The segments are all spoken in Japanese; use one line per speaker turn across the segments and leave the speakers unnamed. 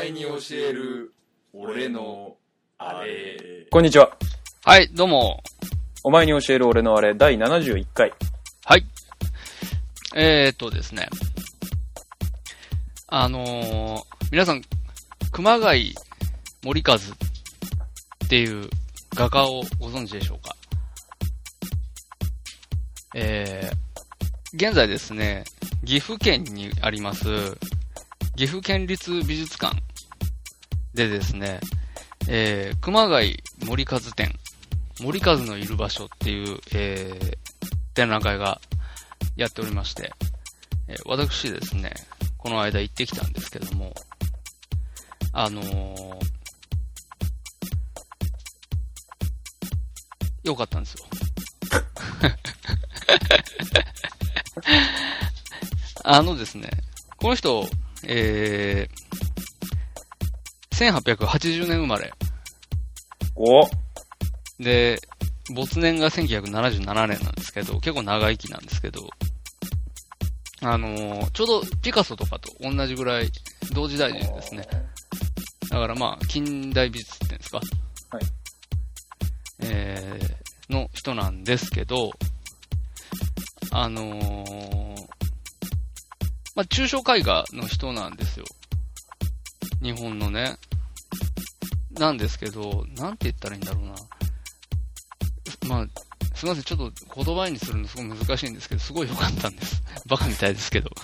える俺のあれ
こんにちは。
はい、どうも。
お前に教える俺のあれ、第71回。
はい。えー、っとですね。あのー皆さん、熊谷森和っていう画家をご存知でしょうかえー、現在ですね、岐阜県にあります、岐阜県立美術館でですね、えー、熊谷森和展、森和のいる場所っていう、えー、展覧会がやっておりまして、えー私ですね、この間行ってきたんですけども、あのーよかったんですよ。 あのですね、この人、えー、1880年生まれ。
お
で、没年が1977年なんですけど、結構長生きなんですけど、あのーちょうどピカソとかと同じぐらい、同時代人ですね。だからまあ、近代美術って言うんですか
はい。
えー、の人なんですけど、あのーまあ、抽象絵画の人なんですよ。日本のね。なんですけど、なんて言ったらいいんだろうな。まあ、すみません、ちょっと言葉にするのすごい難しいんですけど、すごい良かったんです。 バカみたいですけど。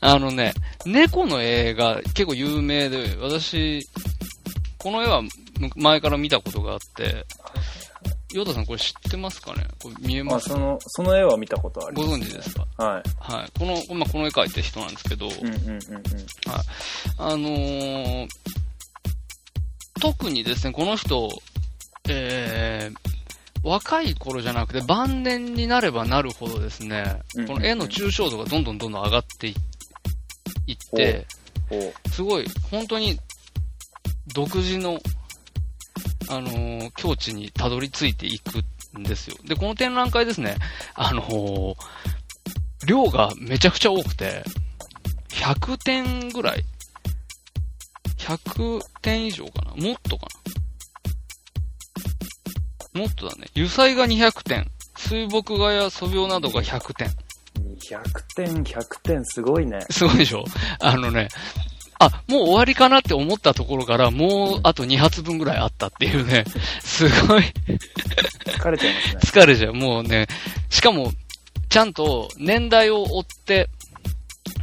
あのね、猫の絵が結構有名で、私、この絵はむ前から見たことがあって、ヨウタさんこれ知ってますかねこれ見え
ま
ま
あ、
す
その、その絵は見たことあり
ご
ます、
存知ですか
は
はい。この、まあ、この絵描いた人なんですけど、
い。うんうんうんうん。
あのー特にですね、この人、えー、若い頃じゃなくて晩年になればなるほどですね
うんうん、
この絵の抽象度がどんどんどんどん上がっていいって、
お
すごい、本当に独自の、あのー境地にたどり着いていくんですよ。で、この展覧会ですね、あのー量がめちゃくちゃ多くて、100点ぐらい ?100 点以上かなもっとかなもっとだね。油彩画200点、水墨画や素描などが100点。
200点、100点、すごいね。
すごいでしょあのね、あ、もう終わりかなって思ったところから、もうあと2発分ぐらいあったっていうね、 すごい
疲れちゃいます ね。
疲れちゃう。もうね、しかも、ちゃんと年代を追って、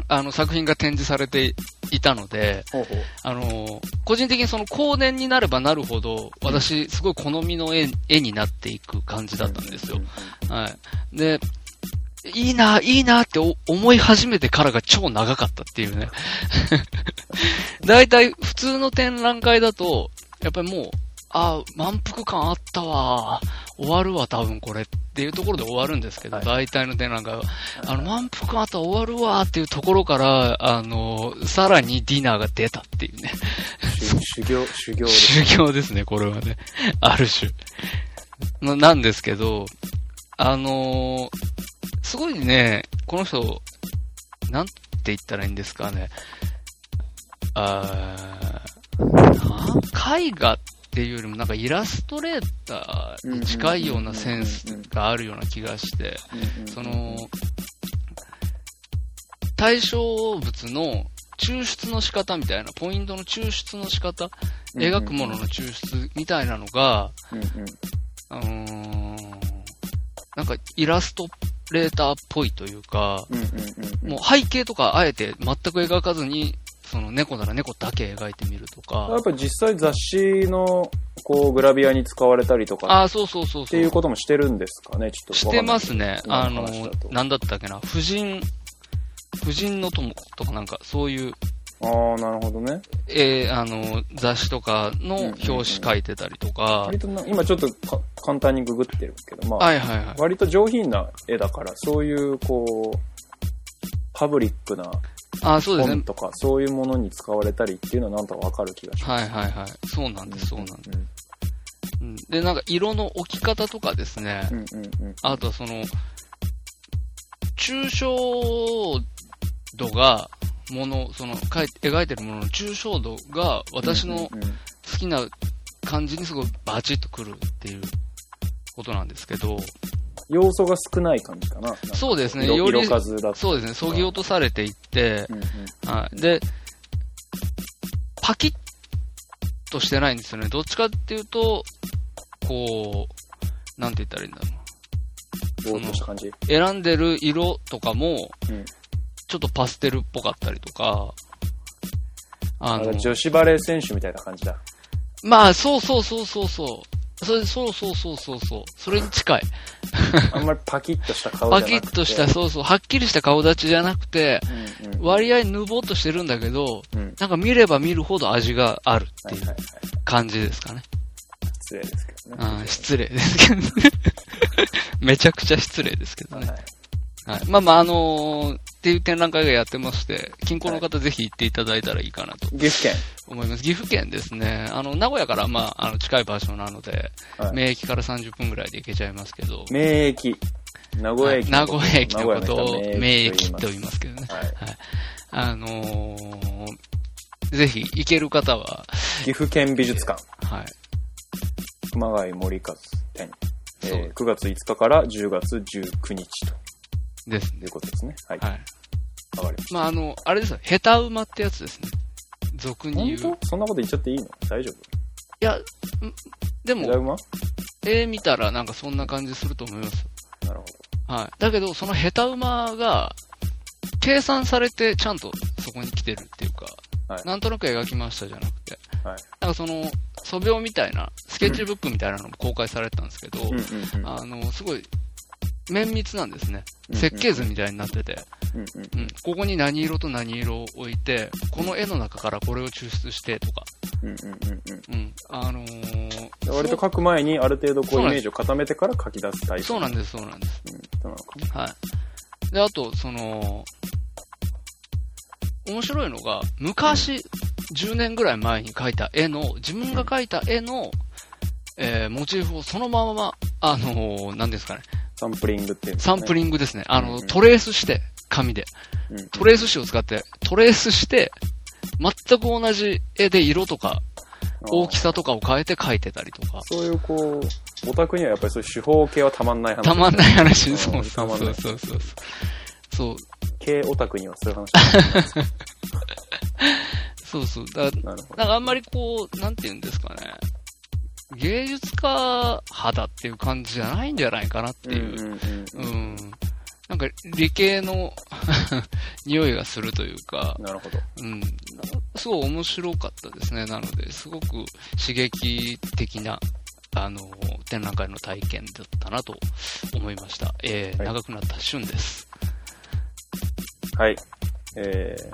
あの作品が展示されていたので、
ほうほう。
あの、個人的にその後年になればなるほど、私、すごい好みの絵絵になっていく感じだったんですよ
う。
はい。で、いいな、いいなってお思い始めてからが超長かったっていうね。 だいたい普通の展覧会だと、やっぱりもう、あー満腹感あったわ終わるわ、多分これっていうところで終わるんですけど、
はい
大体の展覧会は。あの、
はい
満腹感あったら終わるわっていうところから、あの、さらにディナーが出たっていうね。
修修行、修行です。
修行ですね、これはね。 ある種。ななんですけど、あのーすごいね、この人、なんて言ったらいいんですかね。あー絵画っていうよりもなんかイラストレーターに近いようなセンスがあるような気がして、その、対象物の抽出の仕方みたいな、ポイントの抽出の仕方、
うんうん
描くものの抽出みたいなのが、
うんうん、
うーん、なんかイラストレーターっぽいというか、
うんうんうん。
もう背景とかあえて全く描かずに、その猫なら猫だけ描いてみると
や
か
っ、ぱり実際雑誌の、こう、グラビアに使われたりとか、
ああ、そうそうそう
っ
そ
ていうう。こともしてるんですかね、ちょっと。
してます。ね。
わか
あ
んないで
の
す今の話だと、
なんだったっけな、婦人、婦人の友とかなんか、そういう
ああ、なるほどね。
えーあの、雑誌とかの表紙書いてたりとか、
割とな、今ちょっとか簡単にググってるけど、まあ、
はいはいはい。
割と上品な絵だから、そういう、こう、パブリックな
あ、そうです
本
ね。
とか、そういうものに使われたりっていうのはなんとかわかる気がしま
はいはいはい。そうなんです、
す。
そうなんです。うんで、なんか色の置き方とかですね
う、んうんうん。
あとはその、抽象度が、もの、その、描い描いてるものの抽象度が、私の
うんうんうん
好きな感じにすごいバチッとくるっていうことなんですけど、
要素が少ない感じかな。なんか
そうですね、
色
より
色、数だと。
そうですね、削ぎ落とされていって、
うんうん
はい。で、パキッとしてないんですよね。どっちかっていうと、こう、なんて言ったらいいんだろうな。
ぼーっとした感じ。
選んでる色とかも
うん、
ちょっとパステルっぽかったりとか、あ
あ
の、
女子バレー選手みたいな感 じだ。
まあ、そうそうそうそうそう。それ、そうそうそうそうそう。それに近い。
あんまりパキッとした顔じゃ
パ
なく
キ
て。
ッとした、そうそう、はっきりした顔立ちじゃなくて、
うんうん。
割合ぬぼっとしてるんだけど、
うん。はい
なんか見れば見るほど味があるって
はいいは
う
い。
感じですかね。
失礼ですけどね。
あー失礼ですけどね。 めちゃくちゃ失礼ですけどね。
はい
はい、まあまあ、あのーっていう展覧会がやってまして、近郊の方ぜひ行っていただいたらいいかなと
岐阜
思います。岐阜県ですね、あの、名古屋から、まあ、あの、近い場所なので、
県。はい
名駅から30分ぐらいで行けちゃいますけど、
名駅。名古屋駅。
はい名古屋駅のこと
名古
を
屋
名
駅
駅と言い
ま
ますけどね。
す。はい。
あのーぜひ行ける方は、
岐阜県美術館、
はい、
熊谷森和展。え
そう
ー、9月5日から10月19日
です
と
ね
いう。ことですね。はい。
はい。
わかりました。
まあ、あの、あれですよ、ヘタウマってやつですね。俗に言う
本。当そんなこと言っちゃっていいの大丈夫
いや、んで
じゃあ
も、
馬な
絵見たらなんかそんな感じすると思います。
るほ
はい。だけど、その下手馬が、計算されてちゃんとそこに来てるっていうか、
はい
なんとなく描きましたじゃなくて、
はい
なんかその、素描みたいな、スケッチブックみたいなのも公開されてたんですけど、
ど。うんうんうん
あの、すごい、綿密なんですね。設計図みたいになってて、
うんうん
うん、ここに何色と何色を置いて、この絵の中からこれを抽出してとか、
うんうんうんうん
うん、あのー
で割と書く前にある程度こ
そうう
イ
なん
メー
です
ジを固めてから書き出すタイプ。
そうなん
で
です、そうなんです。
す。そうなのかな
はい。で、あと、その、面白いのが、昔、10年ぐらい前に描いた絵の、自分が描いた絵の、えーモチーフをそのまま、あのー、何ですかね、
サンプリングっていう、ね。
サンプ
リ
リングですね。あ
う
の、
ん
トレースして、紙で。
ング。
トレース紙を使って、トレースして、全く同じ絵で色とか、大き
さ。
さとかを変えて描いてたりとか。
そういうこう、オタクにはやっぱりそういう手法系はたまんない話。
たまんない話、
うん
そうそ
た
う
まん
そ
な
う
い
そうそう。そう、
系オタクにはそういう話。
そうそう。だ
なるほど。
なんかあんまりこう、なんて言うんですかね。芸術家肌っていう感じじゃないんじゃないかなって
うん
いう。
うん
う
うん
ん。なんか理系の 匂いがするというか、
なるほど。
うん。すごい面白かったですね。なので、すごく刺激的な、あの、展覧会の体験だったなと思いました。えー
はい
長くなった旬です。
はい。えー、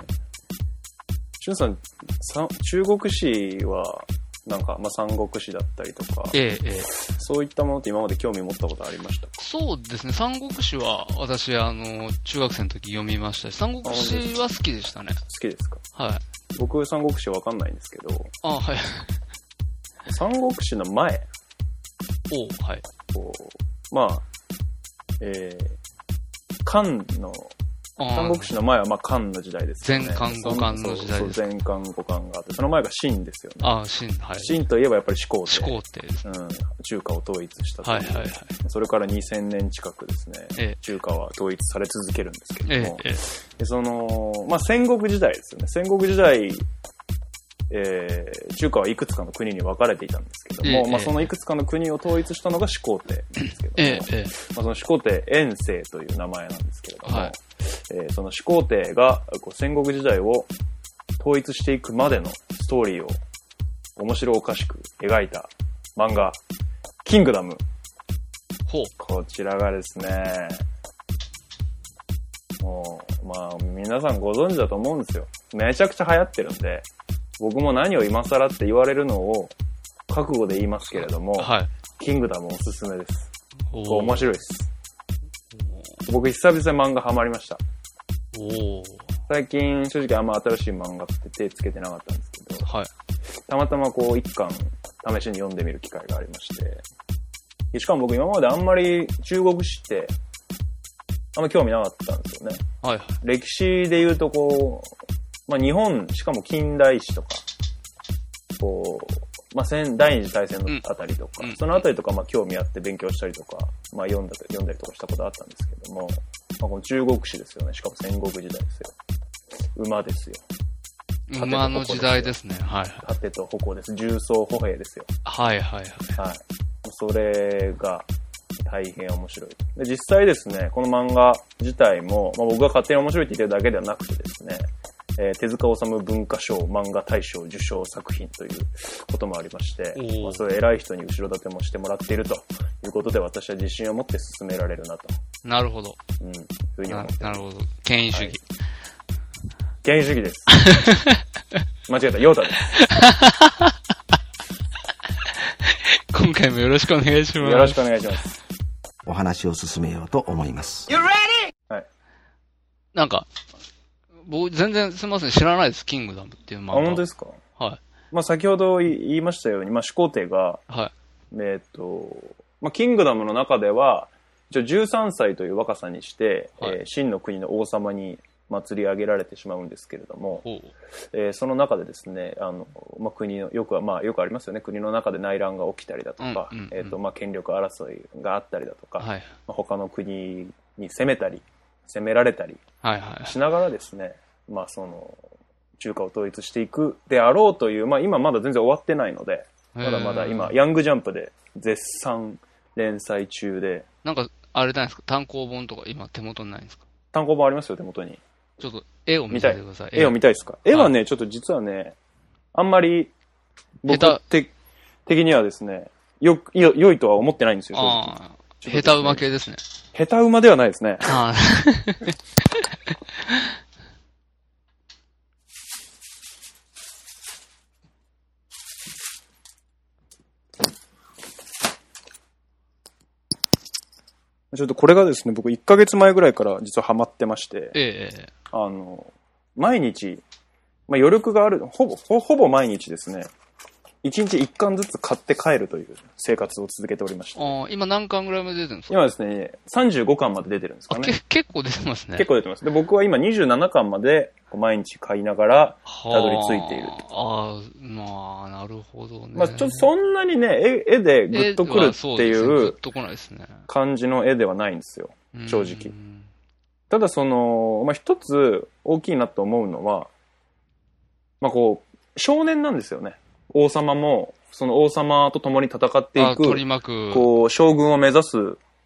しゅんさん、さ中国史は、なんか、まあ、三国史だったりとか、
えーえー
そういったものって今まで興味持ったことありましたか
そうですね、三国志は私、あの、中学生の時読みましたし、三国志は好きでしたね。
好きですか
はい。
僕、三国志わかんないんですけど、
あはい。
三国志の前、
おうはい。
こう、まあ、えー、漢の、
あー
三国志の前はまあ漢の時代ですよね。
前漢後漢の時代です
そうそう前漢後漢があって、その前が秦ですよね。
あー、秦、はい。
秦といえばやっぱり始皇帝。
始皇帝です。
うん、中華を統一したとい
は
う
いはいはい。
それから2000年近くですね、
ええ
中華は統一され続けるんですけれ
え
ど
え
も、
ええ
でその、まあ、戦国時代ですよね。戦国時代、えー中華はいくつかの国に分かれていたんですけども、
ええ
まあ、そのいくつかの国を統一したのが始皇帝なんですけども、
ええええ
まあ、その始皇帝遠征という名前なんですけれども、
はい
えーその始皇帝がこう戦国時代を統一していくまでのストーリーを面白おかしく描いた漫画、キングダム。
ほう。
こちらがですね、もう、まあ、皆さんご存知だと思うんですよ。めちゃくちゃ流行ってるんで、僕も何を今更って言われるのを覚悟で言いますけれども、
はい。
キングダムおすすめです。
おー
面白いです。僕久々に漫画ハマりました。
おー
最近正直あんま新しい漫画って手つけてなかったんですけど、
はい。
たまたまこう一巻試しに読んでみる機会がありまして、しかも僕今まであんまり中国史ってあんま興味なかったんですよね。
はいはい。
歴史で言うとこまあ日本、しかも近代史とか、こう、まあ戦、第二次大戦のあたりとか、
うん
そのあたりとか、まあ興味あって勉強したりとか、まあ読んだ、読んだりとかしたことあったんですけども、まあこの中国史ですよね。しかも戦国時代ですよ。馬ですよ。縦と
馬の時代ですね。はい。
盾と矛です。重装歩兵ですよ。
はいはいはい。
はい。それが大変面白い。で、実際ですね、この漫画自体も、まあ、僕が勝手に面白いって言ってるだけではなくてですね、えー手塚治虫文化賞漫画大賞受賞作品ということもありまして
お、ー
まあ、それ偉い人に後ろ盾もしてもらっているということで、私は自信を持って進められるなと、
なるほど。
うん、いうふうに思
な
って
な
ま
る
す。
ほど。権威主義。
原主義 です。間違えた、ヨータです。
今回もよろしくお願いします。
よろしくお願いします。
お話を進めようと思います。
なんか、僕全然すみません、知らないです。キングダムっていう漫
あ、
画。
本当ですすか
は
まあ、先ほど言い言いましたように、まあ、始皇帝が、
い。はい。
えっ、と、まあ、キングダムの中では、一応13歳という若さにして、
はい
えー真の国の王様に祭り上げられてしまうんですけれども、
おう
えーその中でですね、あの、まあ、国の、よくは、まあ、よくありますよね、国の中で内乱が起きたりだとか、
うんうんうん
えっ、と、まあ、権力争いがあったりだとか、ま
はい。
あ、他の国に攻めたり、攻められたり
はいはい。
しながらですね、まあ、その、中華を統一していくであろうという、まあ、今まだ全然終わってないので、まだまだ今、
えー。
ヤングジャンプで絶賛連載中で、
なんか、あれじゃないですか、単行本とか今手元にないんですか
単行本ありますよ、手元に。
ちょっと絵を見せてください。
絵を見たいですか絵はね、ちょっと実はね、あんまり、僕
下
て的にはですね、よく、よ、良いとは思ってないんですよ、正直
ああ、下手馬系ですね。
下手馬ではないですね。
あ
ちょっとこれがですね、僕1ヶ月前ぐらいから実はハマってまして
ー、 ええ
あの、毎日、まあ余力がある、ほぼ、ほほぼ毎日ですね、1日1巻ずつ買って帰るという生活を続けておりました。
ああ今何巻ぐらいまで出てるんですか
今ですね、35巻まで出てるんですか
あ
ね。
け結構出てますね。
結構出てます。で、僕は今27巻までこう毎日買いながら、
構
たどり着いている
ああ、まあ、なるほどね。
まあちょっとそんなにね、絵絵でグッとくるって
絵はそですね
い
グ
う
ッとこないですね。
感じの絵ではないんですよ。
うん
正直ただその、まあ一つ大きいなと思うのは、まあこう、少年なんですよね。王様も、その王様と共に戦って
あ
い
あ取り
く、
巻く。
こう、将軍を目指す、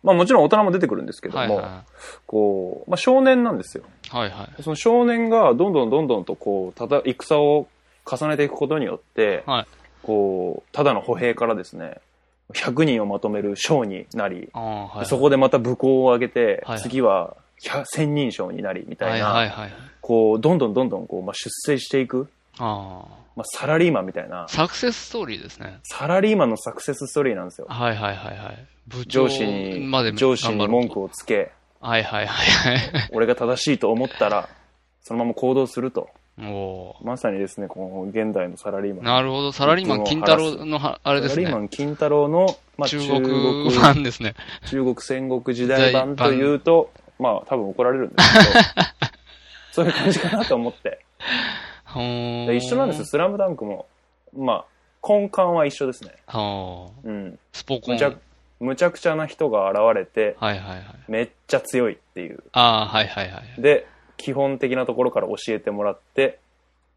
まあもちろん大人も出てくるんですけども、
はいは
こう、まあ少年なんですよ。
い。はいはい。
その少年がどんどんどんどんとこうただ戦を重ねていくことによって、
はい
こうただの歩兵からですね100人をまとめる将になり、
ああ、はい。
そこでまた武功を上げて、
はいはい
次は100 1000人将になりみた
はいい
な、
はいはい。
こうどんどんどんどんこう、まあ、出世していく、
あ
まあ、サラリーマンみたいな
あ。サクセスストーリーですね。
サラリーマンのサクセスストーリーなんですよ。
はいはいはいはい。部
上
長
司に
まで、
上司に文句
を。
をつけ、
はいはいはいはい。
俺が正しいと思ったら、そのまま行動すると。
お
まさにですね、この現代のサラリーマ
ー
ン。
なるほど。サラリーマン金太郎のは、あれで
サ
す
ラリー
ね
マ。ン金太郎の、まあ、
中
中
国
国、
版ですね。
中国戦国時代版というと、まあ多分怒られるんですけど、 そういう感じかなと思って。
ほー
で一緒なんですよ、。スラムダンクも。まあ、根幹は一緒ですね。
はー
うん。
スポコン。
むち
は
ゃ
い、
むちゃくちゃな人が現れて、
はいはい。
めっちゃ強いっていう。
ああ、はいはいはい。
で、基本的なところから教えてもらって、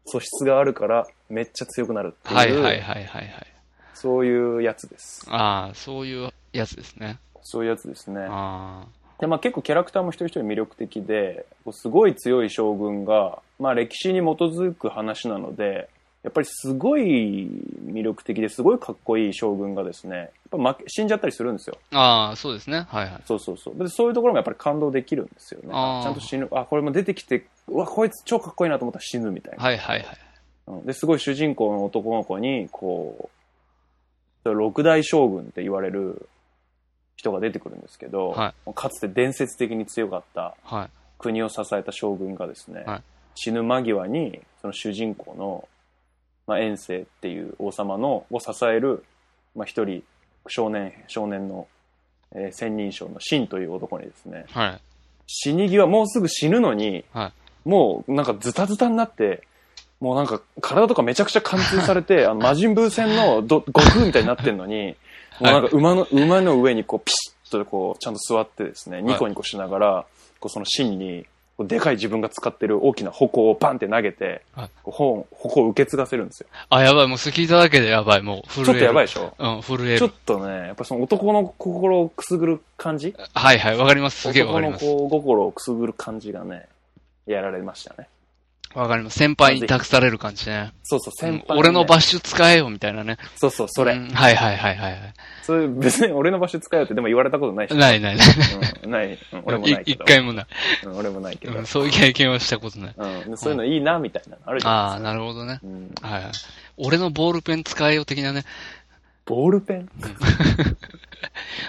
素質があるからめっちゃ強くなるっていう、
はいはいはいはいはい。
そういうやつです。
ああ、そういうやつですね。
そういうやつですね。
あ
で、まあ、結構キャラクターも一人一人魅力的でこうすごい強い将軍が、まあ、歴史に基づく話なのでやっぱりすごい魅力的ですごいかっこいい将軍がですねやっぱ負け死んじゃったりするんですよ
あ。ああ、そうですね。はいはい。
そうそうそうでそういうところもやっぱり感動できるんですよねち
あー
ゃんと死ぬあこれも出てきてうわこいつ超かっこいいなと思ったら死ぬみたいな、
はいはいはい。
うんですごい主人公の男の子にこう六大将軍って言われる人が出てくるんですけど、
は
かつて伝説的に強かった
はい。
国を支えた将軍がですね、
はい
死ぬ間際にその主人公の、まあ、遠征っていう王様のを支えるまあ、一人少年少年の、えー、千人将の秦という男にですね
はい。
死に際もうすぐ死ぬのに、
は
もうなんかズタズタになってもうなんか、体とかめちゃくちゃ貫通され て、あの、魔人ブー戦のど悟空みたいになってんのに、もうなんか馬の、馬の上にこう、ピシッとこう、ちゃんと座ってですね、ニコニコしながら、こう、その芯に、こうでかい自分が使ってる大きな矛をバンって投げて、
はい
こう本矛を受け継がせるんですよ。
あ、やばい、もう聞いただけでやばい、もう震え
ち
る。
ょっとやばいでしょ
うん、震え
ちょっ
る。
とね、やっぱその男の心をくすぐる感じ
はいはい、わかります。すげえわかります。
男の子心をくすぐる感じがね、やられましたね。
わかります。先輩に託される感じね。
そうそう、先輩、ね
うん俺のバッシュ使えよ、みたいなね。
そうそう、それ。
うんはいはいはいはい。
それ別に俺の場所使えよってでも言われたことないし。
ないないない。
うん、ない、うん俺もない
い
け
一
ど。
回もない、
うん、俺もないけど
う。ん。そういう経験はしたことない。
うん、そういうのいいな、みたいなのあるじ
あ
ゃ
あ、
ない
なるほどね
で。すか。うん、
はいはい。俺のボールペン使えよ的なね。
ボールペン、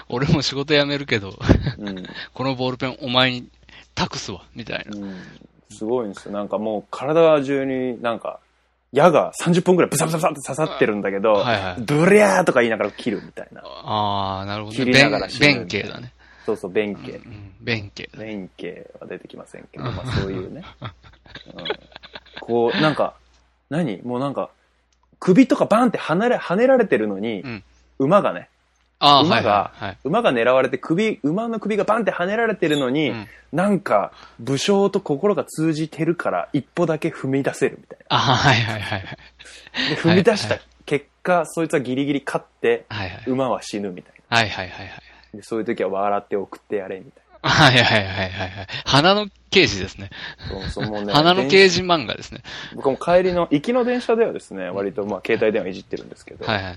俺も仕事辞めるけど、
うん
このボールペンお前に託すわ、みたいな。
うん、すごいんですよ。なんかもう体中になんか、矢が30分くらいブサブサブサって刺さってるんだけど、
はいはい
ブリャーとか言いながら切るみたいな。
ああ、なるほど、
切
ね。
りながら
弁
死ぬ
弁慶だね。
そうそう、弁慶。
うん、弁慶だね。
弁慶は出てきませんけど、まあそういうね。うん、こう、なんか、何もうなんか、首とかバンって跳ねら跳ねられてるのに、
うん
馬がね、
ああ、は
馬
い
が
はい、はい。
馬が狙われて首、馬の首がバンって跳ねられてるのに、
うん
なんか、武将と心が通じてるから、一歩だけ踏み出せるみたい
ああ、はいはいはいはい。
な。で、踏み出し
は
た
い
結果、そいつはギリギリ勝って、
はいはい。
馬は死ぬみたい
はいはいはいはい。
な。でそういう時は笑って送ってやれ、みたい
はいはいはいはいはい。花の刑事ですね。
な。そうそうもう ね
花の刑事漫画ですね。
僕も帰りの、行きの電車ではですね、割とまあ携帯電話いじってるんですけど、
はいはい。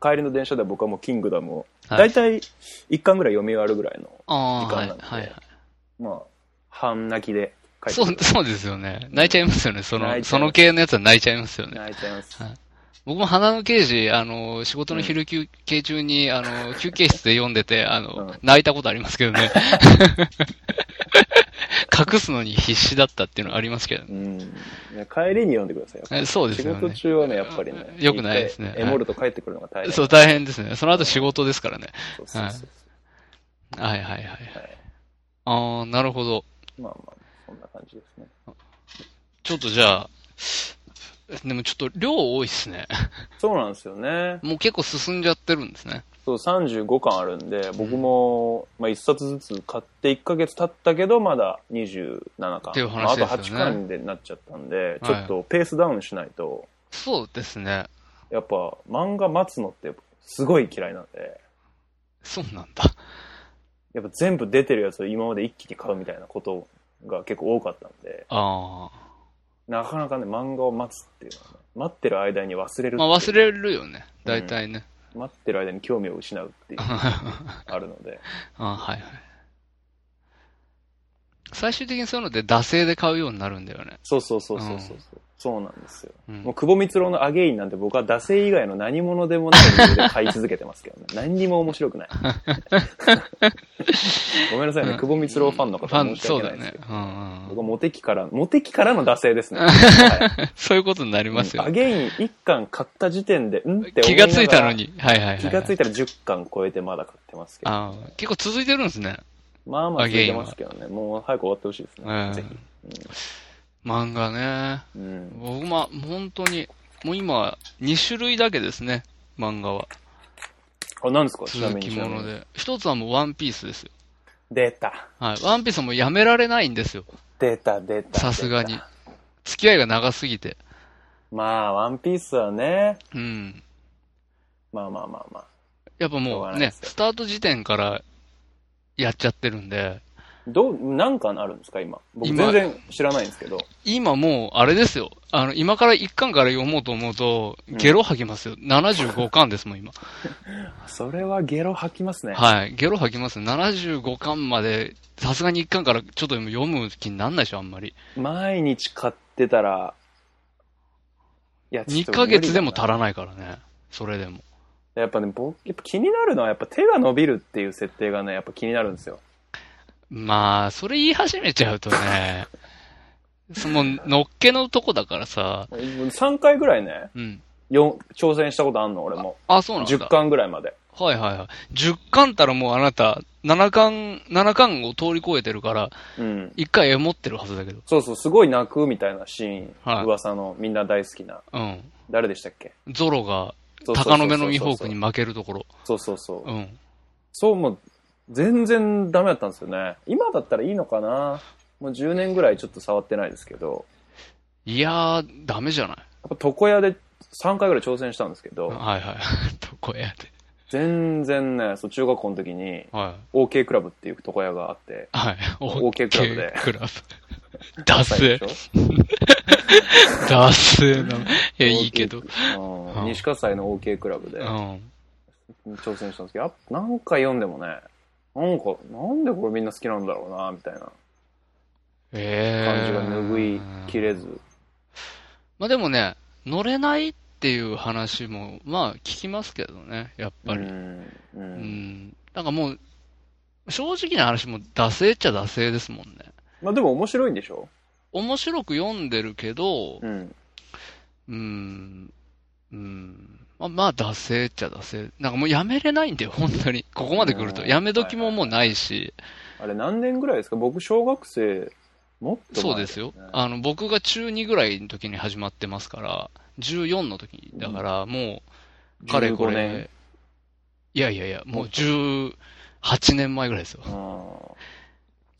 帰りの電車では僕はもうキングダムを、
はい
大体1巻ぐらい読み終わるぐらいの、
ああー、は
時間
い
なんで
はいはい。
まあ、半泣きで帰って
そ
く
う
る、
そうですよね。泣いちゃいますよね。そ
泣
の、
いちゃいます
その系のやつは泣いちゃいますよね。
泣いちゃいます。
僕も花の刑事、あの、仕事の昼休憩中に、あの、休憩室で読んでて、あの、
うん
泣いたことありますけ どね。隠すのに必死だったっていうのはありますけどね。
うん、ね帰りに読んでくださいよ。
えそうです
仕
よ
事
ね。
中はね、やっぱりね。
よくないですね
一回エモると帰ってくるのが大変。
そう、大変ですね。その後仕事ですからね。
そうそうそう
はいはいは
は
い。
い
ああ、なるほど。
まあまあ、そんな感じですね。
ちょっとじゃあ、でもちょっと量多いっすね。
そうなんですよね。
もう結構進んじゃってるんですね。
そう、35巻あるんで、僕も、まあ、1冊ずつ買って1ヶ月経ったけど、まだ27巻。
っていう話
まああと
です
8
よね
巻でなっちゃったんで、
はい
ちょっとペースダウンしないと、
そうですね。
やっぱ漫画待つのってすごい嫌いなんで、
そうなんだ。
やっぱ全部出てるやつを今まで一気に買うみたいなことが結構多かったんで、
ああ。
なかなかね、漫画を待つっていうのはね、待ってる間に忘れるって
ま
い
あ
う
忘れるよね。大体ね。
待ってる間に興味を失うっていうのが
あ
あるので、
はいはい。最終的にそういうので惰性で買うようになるんだよね。
そうそうそうそうそう。うそうなんですよ。
うん
もう久保光郎のアゲインなんて僕は惰性以外の何者でもない理由で買い続けてますけどね。何にも面白く ない。ごめんなさいね、久保光郎ファンの方
ファ
申
ン、
し
そう
訳
だ
な
よ
いです
ね
けど。。
うんうん
僕はモテ期から、モテ期からの惰性ですね。は
そういうことになり
い
ますよ
ア。ゲイン1巻買った時点で、うんって思
気
いなが
が
ら
ついたの。に。はいはいはい。
気がついたら10巻超えてまだ買ってますけど。
ああ。結構続いてるんですね。
まあまあ続いてますけどね。もう早く終わってほしいです
う
ね。
ん
ぜ
漫画ね。
ひ。うん。
僕も本当に、もう今、2種類だけですね、漫画は。
あ、何ですかちな
続
みに
きもの。で。一つはもうワンピースですよ。
出た。
はい。ワンピースはもうやめられないんですよ。
出た、出た。
さすがに
出た。
付き合いが長すぎて。
まあ、ワンピースはね、
うん。
まあまあまあまあ。
やっ
し
ぱ
ょう
も
が
う
ないで
ね、
すよ
スタート時点からやっちゃってるんで、
どう、なんかあるんですか今。僕
今
全然知らないんですけど。
今もう、あれですよ。あの、今から1巻から読もうと思うと、ゲロ吐きますよ。75巻ですも ん、今。
それはゲロ吐きますね。
はい。ゲロ吐きます。75巻まで、さすがに1巻からちょっとでも読む気になんないでしょ、あんまり。
毎日買ってたら、いや、
2ヶ月でも足
ら
らないからね。それでも。
やっぱね、僕、やっぱ気になるのは、やっぱ手が伸びるっていう設定がね、やっぱ気になるんですよ。
まあ、それ言い始めちゃう とね、その、のっけのとこだからさ、
3回ぐらいね、
うん。
よん挑戦したことあんの、俺も。
あ、そうなんだ。
10巻ぐらいまで。
はいはいはい。10巻たらもうあなた、7巻、7巻を通り越えてるから、
うん。
1回絵持ってるはずだけど。
そうそう、すごい泣くみたいなシーン。
はい
噂のみんな大好きな。
うん。
誰でしたっけ
ゾロが、
そうそうそうそ
鷹
う
の目のミホークに負けるところ。
そうそうそう。
うん。
そう、もう、全然ダメだったんですよね。今だったらいいのかなもう10年ぐらいちょっと触ってないですけど、
いやー、ダメじゃない。
やっぱ床屋で3回ぐらい挑戦したんですけど、
はいはい。 床屋で。
全然ね、そう中学校の時に、
は
OK クラブっていう床屋があって、
い。はい。
OK クラブで
OK クラブ。 ダセ
で。し
ダセな。い
ょ
や、いいけど。。
う
うんん
西葛西の OK クラブで
うん。
挑戦したんですけど、やっぱ何回読んでもね、なんか、なんでこれみんな好きなんだろうな、みたいな
え
感じ
え
が拭いきれず。
まあでもね、乗れないっていう話も、まあ聞きますけどね、やっぱり。
うんう
うんん。なんかもう、正直な話も、惰性っちゃ惰性ですもんね。
まあでも面白いんでしょ
面白く読んでるけど
う、ん。
うん、うん。まあ、まあ、惰性っちゃ惰性。なんかもうやめれないんだよ、本当に。ここまで来ると。
うん
やめ時ももうないし。
あれ何年ぐらいですか僕小学生、もっと前
そうですよ。あの、僕が中2ぐらいの時に始まってますから、14の時だから、もう、かれこ
15年
れ、いやいやいや、も
もっ
う
と
18年前ぐらいですよ
あ。ー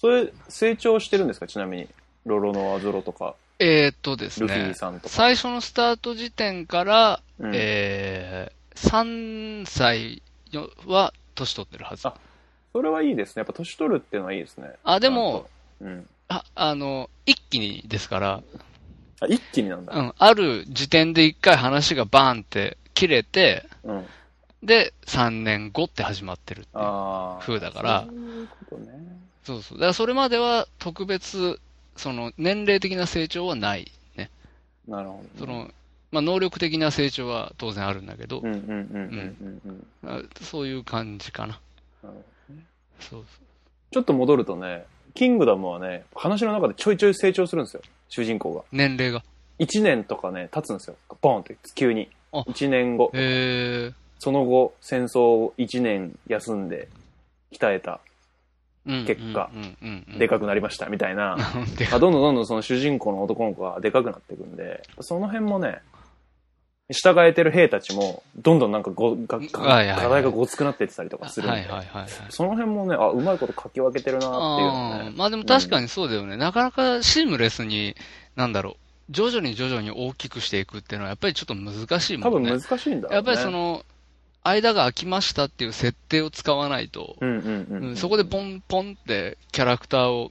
それ、成長してるんですかちなみに。ロロノアゾロとか、
えーっとです
ルフィ
ね、
さんとか。
最初のスタート時点から、
うん
えー3歳よは年取ってるはず
あ。それはいいですね。やっぱ年取るっていうのはいいですね。
あ、でも、
ちゃんと、うん。
あ、あの、一気にですから、
あ、一気になん
う
だ。
ん、ある時点で一回話がバーンって切れて、
うん。
で、3年後って始まってるっていう
ああ。
風だから
そういうことね。
そうそう。だからそれまでは特別、その、年齢的な成長はない。ね。
なるほど。
そ、の、まあ、能力的な成長は当然あるんだけど
うん、うんうんうんうんうん。
あそういう感じかな。
なるほどね
そう
ちょっと戻るとね、キングダムはね、話の中でちょいちょい成長するんですよ。主人公が。
年齢が。
1年とかね、経つんですよ。ボンって、急に。
あ
1年後。
え
その後、戦争を1年休んで、鍛えた、
ー、うん。
結果
うん、うん、うん。
でかくなりました、みたい な。ま
く。で
あ
か
どんどんどんどんその主人公の男の子がでかくなっていくんで、その辺もね、従えてる兵たちも、どんどんなんかご、が、が
はいはいはい
課題がごつくなってってたりとかするんで、
はいはいはいはい。
その辺もね、あ、うまいこと書き分けてるなっていうの
あ
ね
ー。まあでも確かにそうだよね。なかなかシームレスに、なんだろう、徐々に徐々に大きくしていくっていうのはやっぱりちょっと難しい
多
もん
分
ね。
難しいんだろうね。
やっぱりそ、の、間が空きましたっていう設定を使わないと
う、んうんうん、
うんそこで
ン
ポンポンってキャラクターを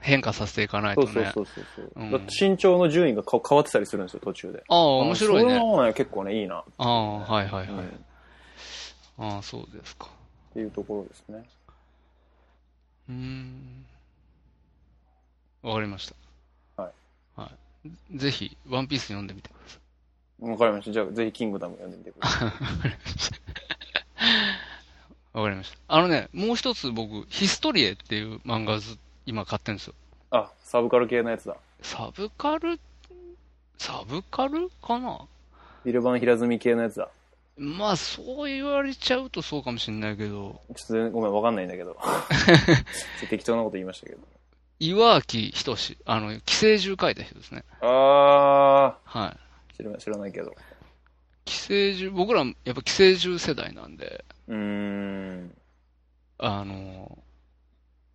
変化させていかない
そ
と
うそう
ね
そ。うそう。
うん
だって身長の順位がか変わってたりするんですよ、途中で。
ああ、面白い
あそれ
ね。
もね、結構ね、いいな。
ああ、はいは
う
いはい
ん。
ああ、そうですか。
っていうところですね。
うーん。わかりました。。
はい
はい。ぜひ、ワンピース読んでみてくだ さい。
わかりました。じゃあ、ぜひキングダム読んでみてください。
わかりました。あのね、もう一つ僕、ヒストリエっていう漫画をず今買ってるんですよ。
あ、サブカル系のやつだ。
サブカル、サブカルかな
ビルバン平積み系のやつだ。
まあ、そう言われちゃうとそうかもしれないけど、
ちょっと全然ごめん、わかんないんだけ ど。ちょっと適当なこと言いましたけど。
岩木仁あの、寄生獣書いた人ですね。
あ
はい。
ー、知ら知らないけど。
寄生獣、僕らやっぱ寄生獣世代なんで、
うーん。
あの、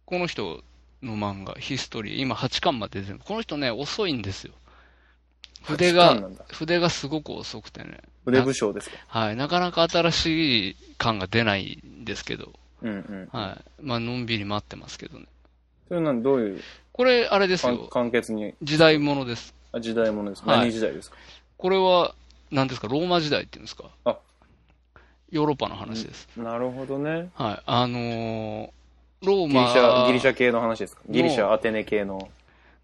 この人の漫画、ヒストリー、今8巻まで全部。この人ね、遅いんですよ。筆
価値観
が
な、んだ。
筆がすごく遅くてね。
腕武将ですか。
はい。なかなか新しい感が出ないんですけど、
うんうん。
はい。まあ、のんびり待ってますけどね。
それなんどういう
これ、あれです
簡
よ。
簡潔に、
時代ものです。
あ時代ものですか、
はい
何時代ですか
これは、何ですか、ローマ時代っていうんですか。
あ
ヨーロッパの話です。
なるほどね。
はい。あのーロー
ギリシャ、
マ、
ギリシャ系の話ですかギリシャ、アテネ系の。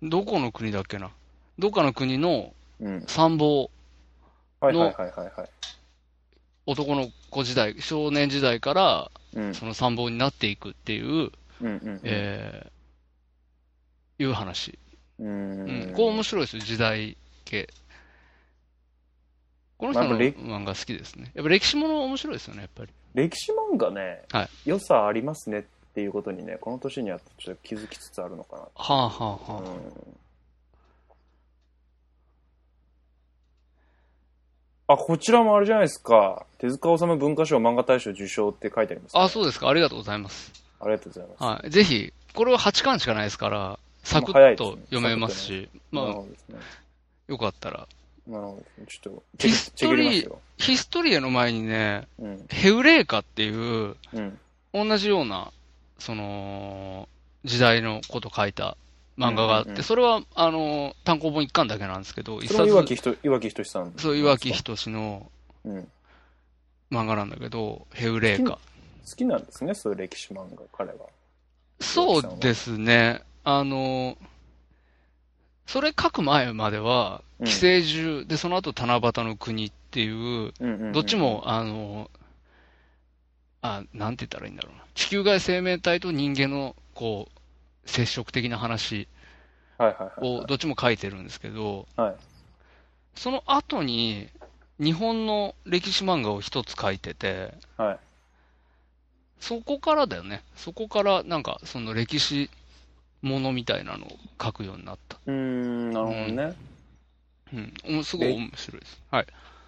どこの国だっけな。どっかの国の
うん。
参謀、
はいはいはいはい、はい。
男の子時代、少年時代から、
うん。
その参謀になっていくっていう、
うんうん。
えーいう話。
う
うんん。こう面白いですよ、時代系。この人
ま
の
あやっぱ
漫画好きですね。やっぱ歴史もの面白いですよね、やっぱり。
歴史漫画ね、
はい
良さありますねっていうことにね、この年にはちょっと気づきつつあるのか
はあはあ
な。
はあ。
うんあ、こちらもあれじゃないですか。手塚治虫文化賞漫画大賞受賞って書いてあります、ね。
あ、そうですか。ありがとうございます。
ありがとうございます。
はい。ぜひ、これは8巻しかないですから、サク
まあ早
ッ
いです
と
ね
読めますし、ま
なる
あ、
ほどですね。
よかったら。
なるほどですね。ちょっと、
ヒス
チェ
ト
ックりま
リ
す
ー
よ。、
ヒストリエの前にね、
うん。
ヘウレーカっていう、
うん。
同じような、その、時代のこと書いた漫画があって、
うんうんうん
それは、あの、単行本1巻だけなんですけど、一
それも岩
冊、
木ひと、岩木ひとしさん。
そう、岩木仁の
うん。好
漫画なんだけど、ヘウレーカ。
きなんですね、そういう歴史漫画、彼は。
そうですね。あの、それ書く前までは、
うん
寄生獣、で、その後、七夕の国っていう、
うんうんうん
どっちも、あの、あ、なんて言ったらいいんだろうな。地球外生命体と人間の、こう、接触的な話
はいはいはい
をどっちも書いてるんですけど、
はい。はい。
その後に、日本の歴史漫画を一つ書いてて、
はい。
そこからだよね。そこから、なんか、その歴史ものみたいなのを書くようになった。
うーん、なるほどね。
うん。おもすごい面白いです。はい。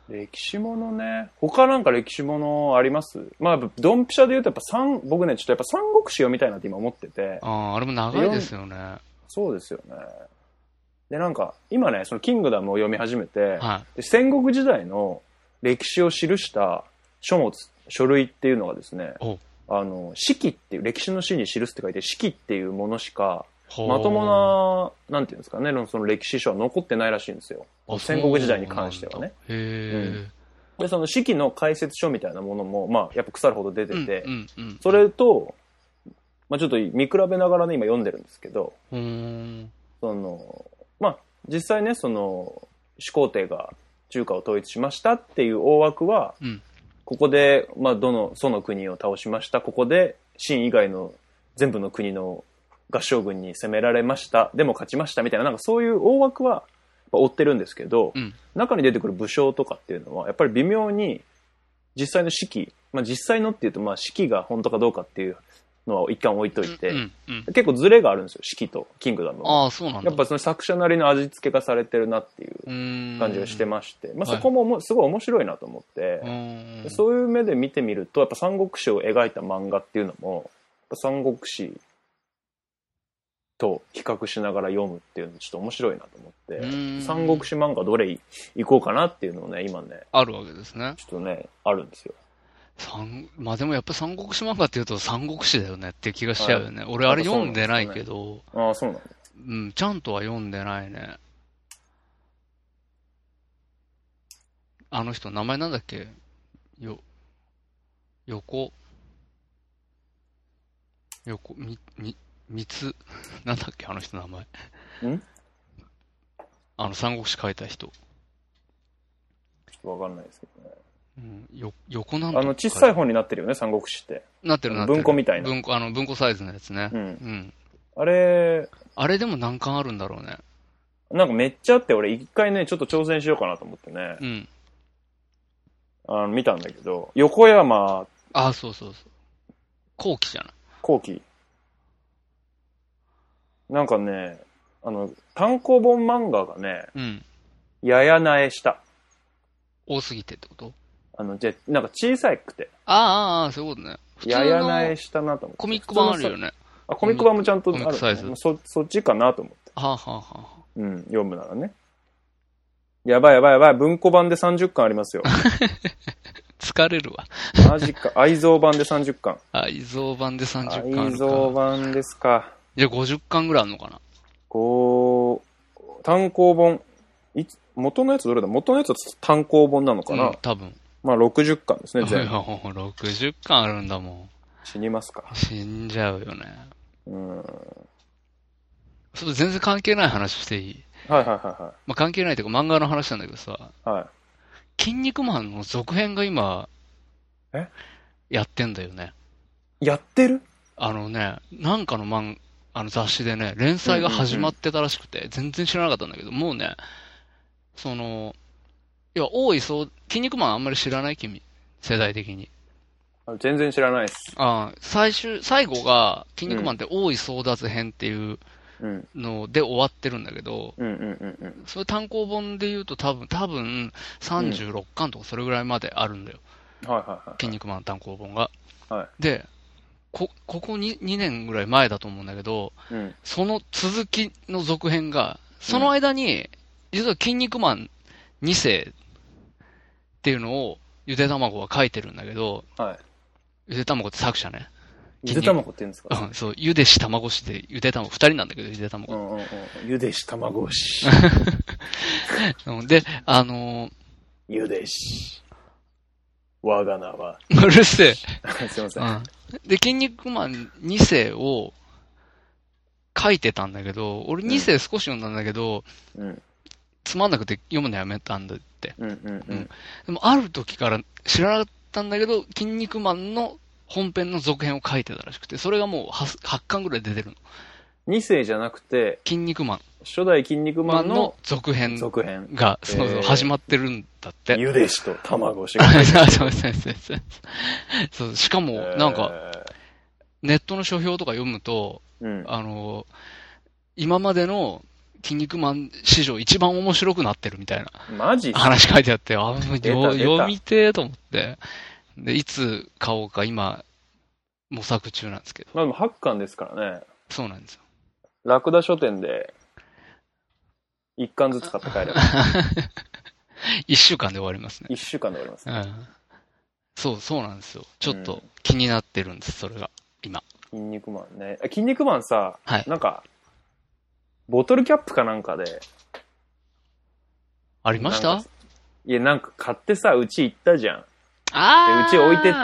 歴史ものね。他なんか歴史ものありますまあ、やっぱドンピシャで言うと、やっぱ三、僕ね、ちょっとやっぱ三国志読みたいなって今思ってて
あ。あ、あれも長いですよね。は
そうですよね。で、なんか、今ね、そのキングダムを読み始めて、
い。は
で戦国時代の歴史を記した書物書類っていうのがですね
お
あの史記っていう歴史の史に記すって書いて史記っていうものしか
あ
まともななんていうんですかねその歴史書は残ってないらしいんですよ
あ
戦国時代に関してはね。
そうなんだへ
でその史記の解説書みたいなものもまあやっぱ腐るほど出
え。
てて、
うんうんうん、
それと、まあ、ちょっと見比べながらね今読んでるんですけど
ほーん
そのまあ実際ねその始皇帝が中華を統一しましたっていう大枠は
うん。
ここで、まあ、どの、その国を倒しました。ここで、秦以外の全部の国の合将軍に攻められました。でも勝ちました。みたいな、なんかそういう大枠はまあ追ってるんですけど、
うん
中に出てくる武将とかっていうのは、やっぱり微妙に実際の士気、まあ実際のっていうと、まあ士気が本当かどうかっていうのは一貫置いといて、
うんうん。
結構ズレがあるんですよ、士気とキングダムは
ああ、そうなんだ。
やっぱその作者なりの味付けがされてるなっていう感
感
じがしてまして、まあ
はい
そこももすごい面白いなと思って、
うん
でそういう目で見てみると、やっぱ三国志を描いた漫画っていうのも、やっぱ三国志と比較しながら読むっていうのちょっと面白いなと思
う
っ
ん
て、三国志漫画どれいいこうかなっていうのをね、今ね、
あるわけですね。
ちょっとね、あるんですよ。
三まあでもやっぱ三国志漫画っていうと三国志だよねって気がしちゃうよね。俺あれ読んでないけど、
ああ、そうなんだ。
うん、ちゃんとは読んでないね。あの人、名前なんだっけよ、横、横、み、み、みつ、 なんだっけあの人の名前。
ん
あの、三国志書いた人。
ちょっとわかんないですけどね。
うん、よ、横なん
あ
だ
の、小さい
い。
本になってるよね、三国志って。
なってるなってる。
文庫みたいな
文庫、あの、文庫サイズのやつね。
うん。
うん。
あれ、
あれでも難関あるんだろうね。
なんかめっちゃあって、俺一回ね、ちょっと挑戦しようかなと思ってね、
うん。
あの、見たんだけど、横山
あ、そうそうそう。後期じゃない。
後期なんかねあの単行本漫画がね
うん。
ややなえした
多すぎてってこと
あのじゃなんか小さくて
ああああ、そういうことね。普通
ややなえ
の
したなと思って
コミック版あるよ
ね
ね。
あコミック版もちゃんとあ
コ
る
ミックサイズ
もうそそっちかなと思って、
はあ、はあはあは
うん、読むならねやばいやばいやばい文庫版で30巻あります よ
あ、疲れるわ。
マジか愛蔵版で30巻
あ、依蔵版で30巻あ
愛
る
蔵
か。
版ですか
じゃあ50巻ぐらいあるのかな。
こう単行本いつ元のやつどれだ元のやつは単行本なのかな、
うん、多分。
まあ60巻ですね、
いや
全 部。
もう60巻あるんだも
死にますか。
ん。死んじゃうよね。
うん。はい
それ全然関係ない話していい。
はいは
まあ、関係ないというか漫画の話なんだけどさ、
いはい。はい。
筋肉マンの続編が今、
え
やってんだよね。
やってる
あのね、なんかの漫あの雑誌でね、連載が始まってたらしくて、全然知らなかったんだけど、もうね、その、いや、多いそう、筋肉マンあんまり知らない君。世代的に。
あ全然知らないです。
ああ、最終、最後が、筋肉マンって多い争奪編っていう
うん。
ので終わってるんだけど、
うんうんうんうん。
そういう単行本で言うと多分、多分、36巻とかそれぐらいまであるんだよ。
はいはいはい。
筋肉マン単行本が。
は
で、こ、ここに2年ぐらい前だと思うんだけど、
うん。
その続きの続編が、その間に、実は筋肉マン2世っていうのを、ゆで卵が書いてるんだけど、
はい。
ゆで卵って作者ね。
ゆで卵って言うんです
う
か
ん、そう、ゆでし卵しで、ゆで卵、二人なんだけど、ゆで
う
卵。
んうんうん。ゆでし卵押し。
うん、で、あの
ゆでし。我が名は。
ーうるせえ。
すいません。は
うん。で、筋肉マン2世を書いてたんだけど、俺2世少し読んだんだけど、
うん
つまんなくて読むのやめたんだって。
うんうんうん。
でも、ある時から知らなかったんだけど、筋肉マンの本編の続編を書いてたらしくて、それがもう 8, 巻ぐらい出てるの。
2世じゃなくて、
筋肉マン
初代筋肉マンの
の続編
続編。
が、そうそう
へー
始まってるんだって。
ゆでしと卵押し
あそう そうそうそうそうそう。しかも、なんか、
か、
ネットの書評とか読むと、
うん。
あの、今までの筋肉マン史上一番面白くなってるみたいな
マジっす
話書いてあって、あ、もう
出た
よ
出た
読みてえと思って。で、いつ買おうか今、模索中なんですけど。
まあでも8巻ですからね。
そうなんですよ。
ラクダ書店で、1巻ずつ買って帰れば、
一週間で終わりますね。
1週間で終わります
う。ん。そう、そうなんですよ。ちょっ
う
と
ん
気になってるんです、それが。今。
筋肉マンね。あ筋肉マンさ、
はい
なんか、ボトルキャップかなんかで。
ありまし
な
た
んかいや、なんか買ってさ、うち行ったじゃん。
ああ。
でうち置いてったじゃん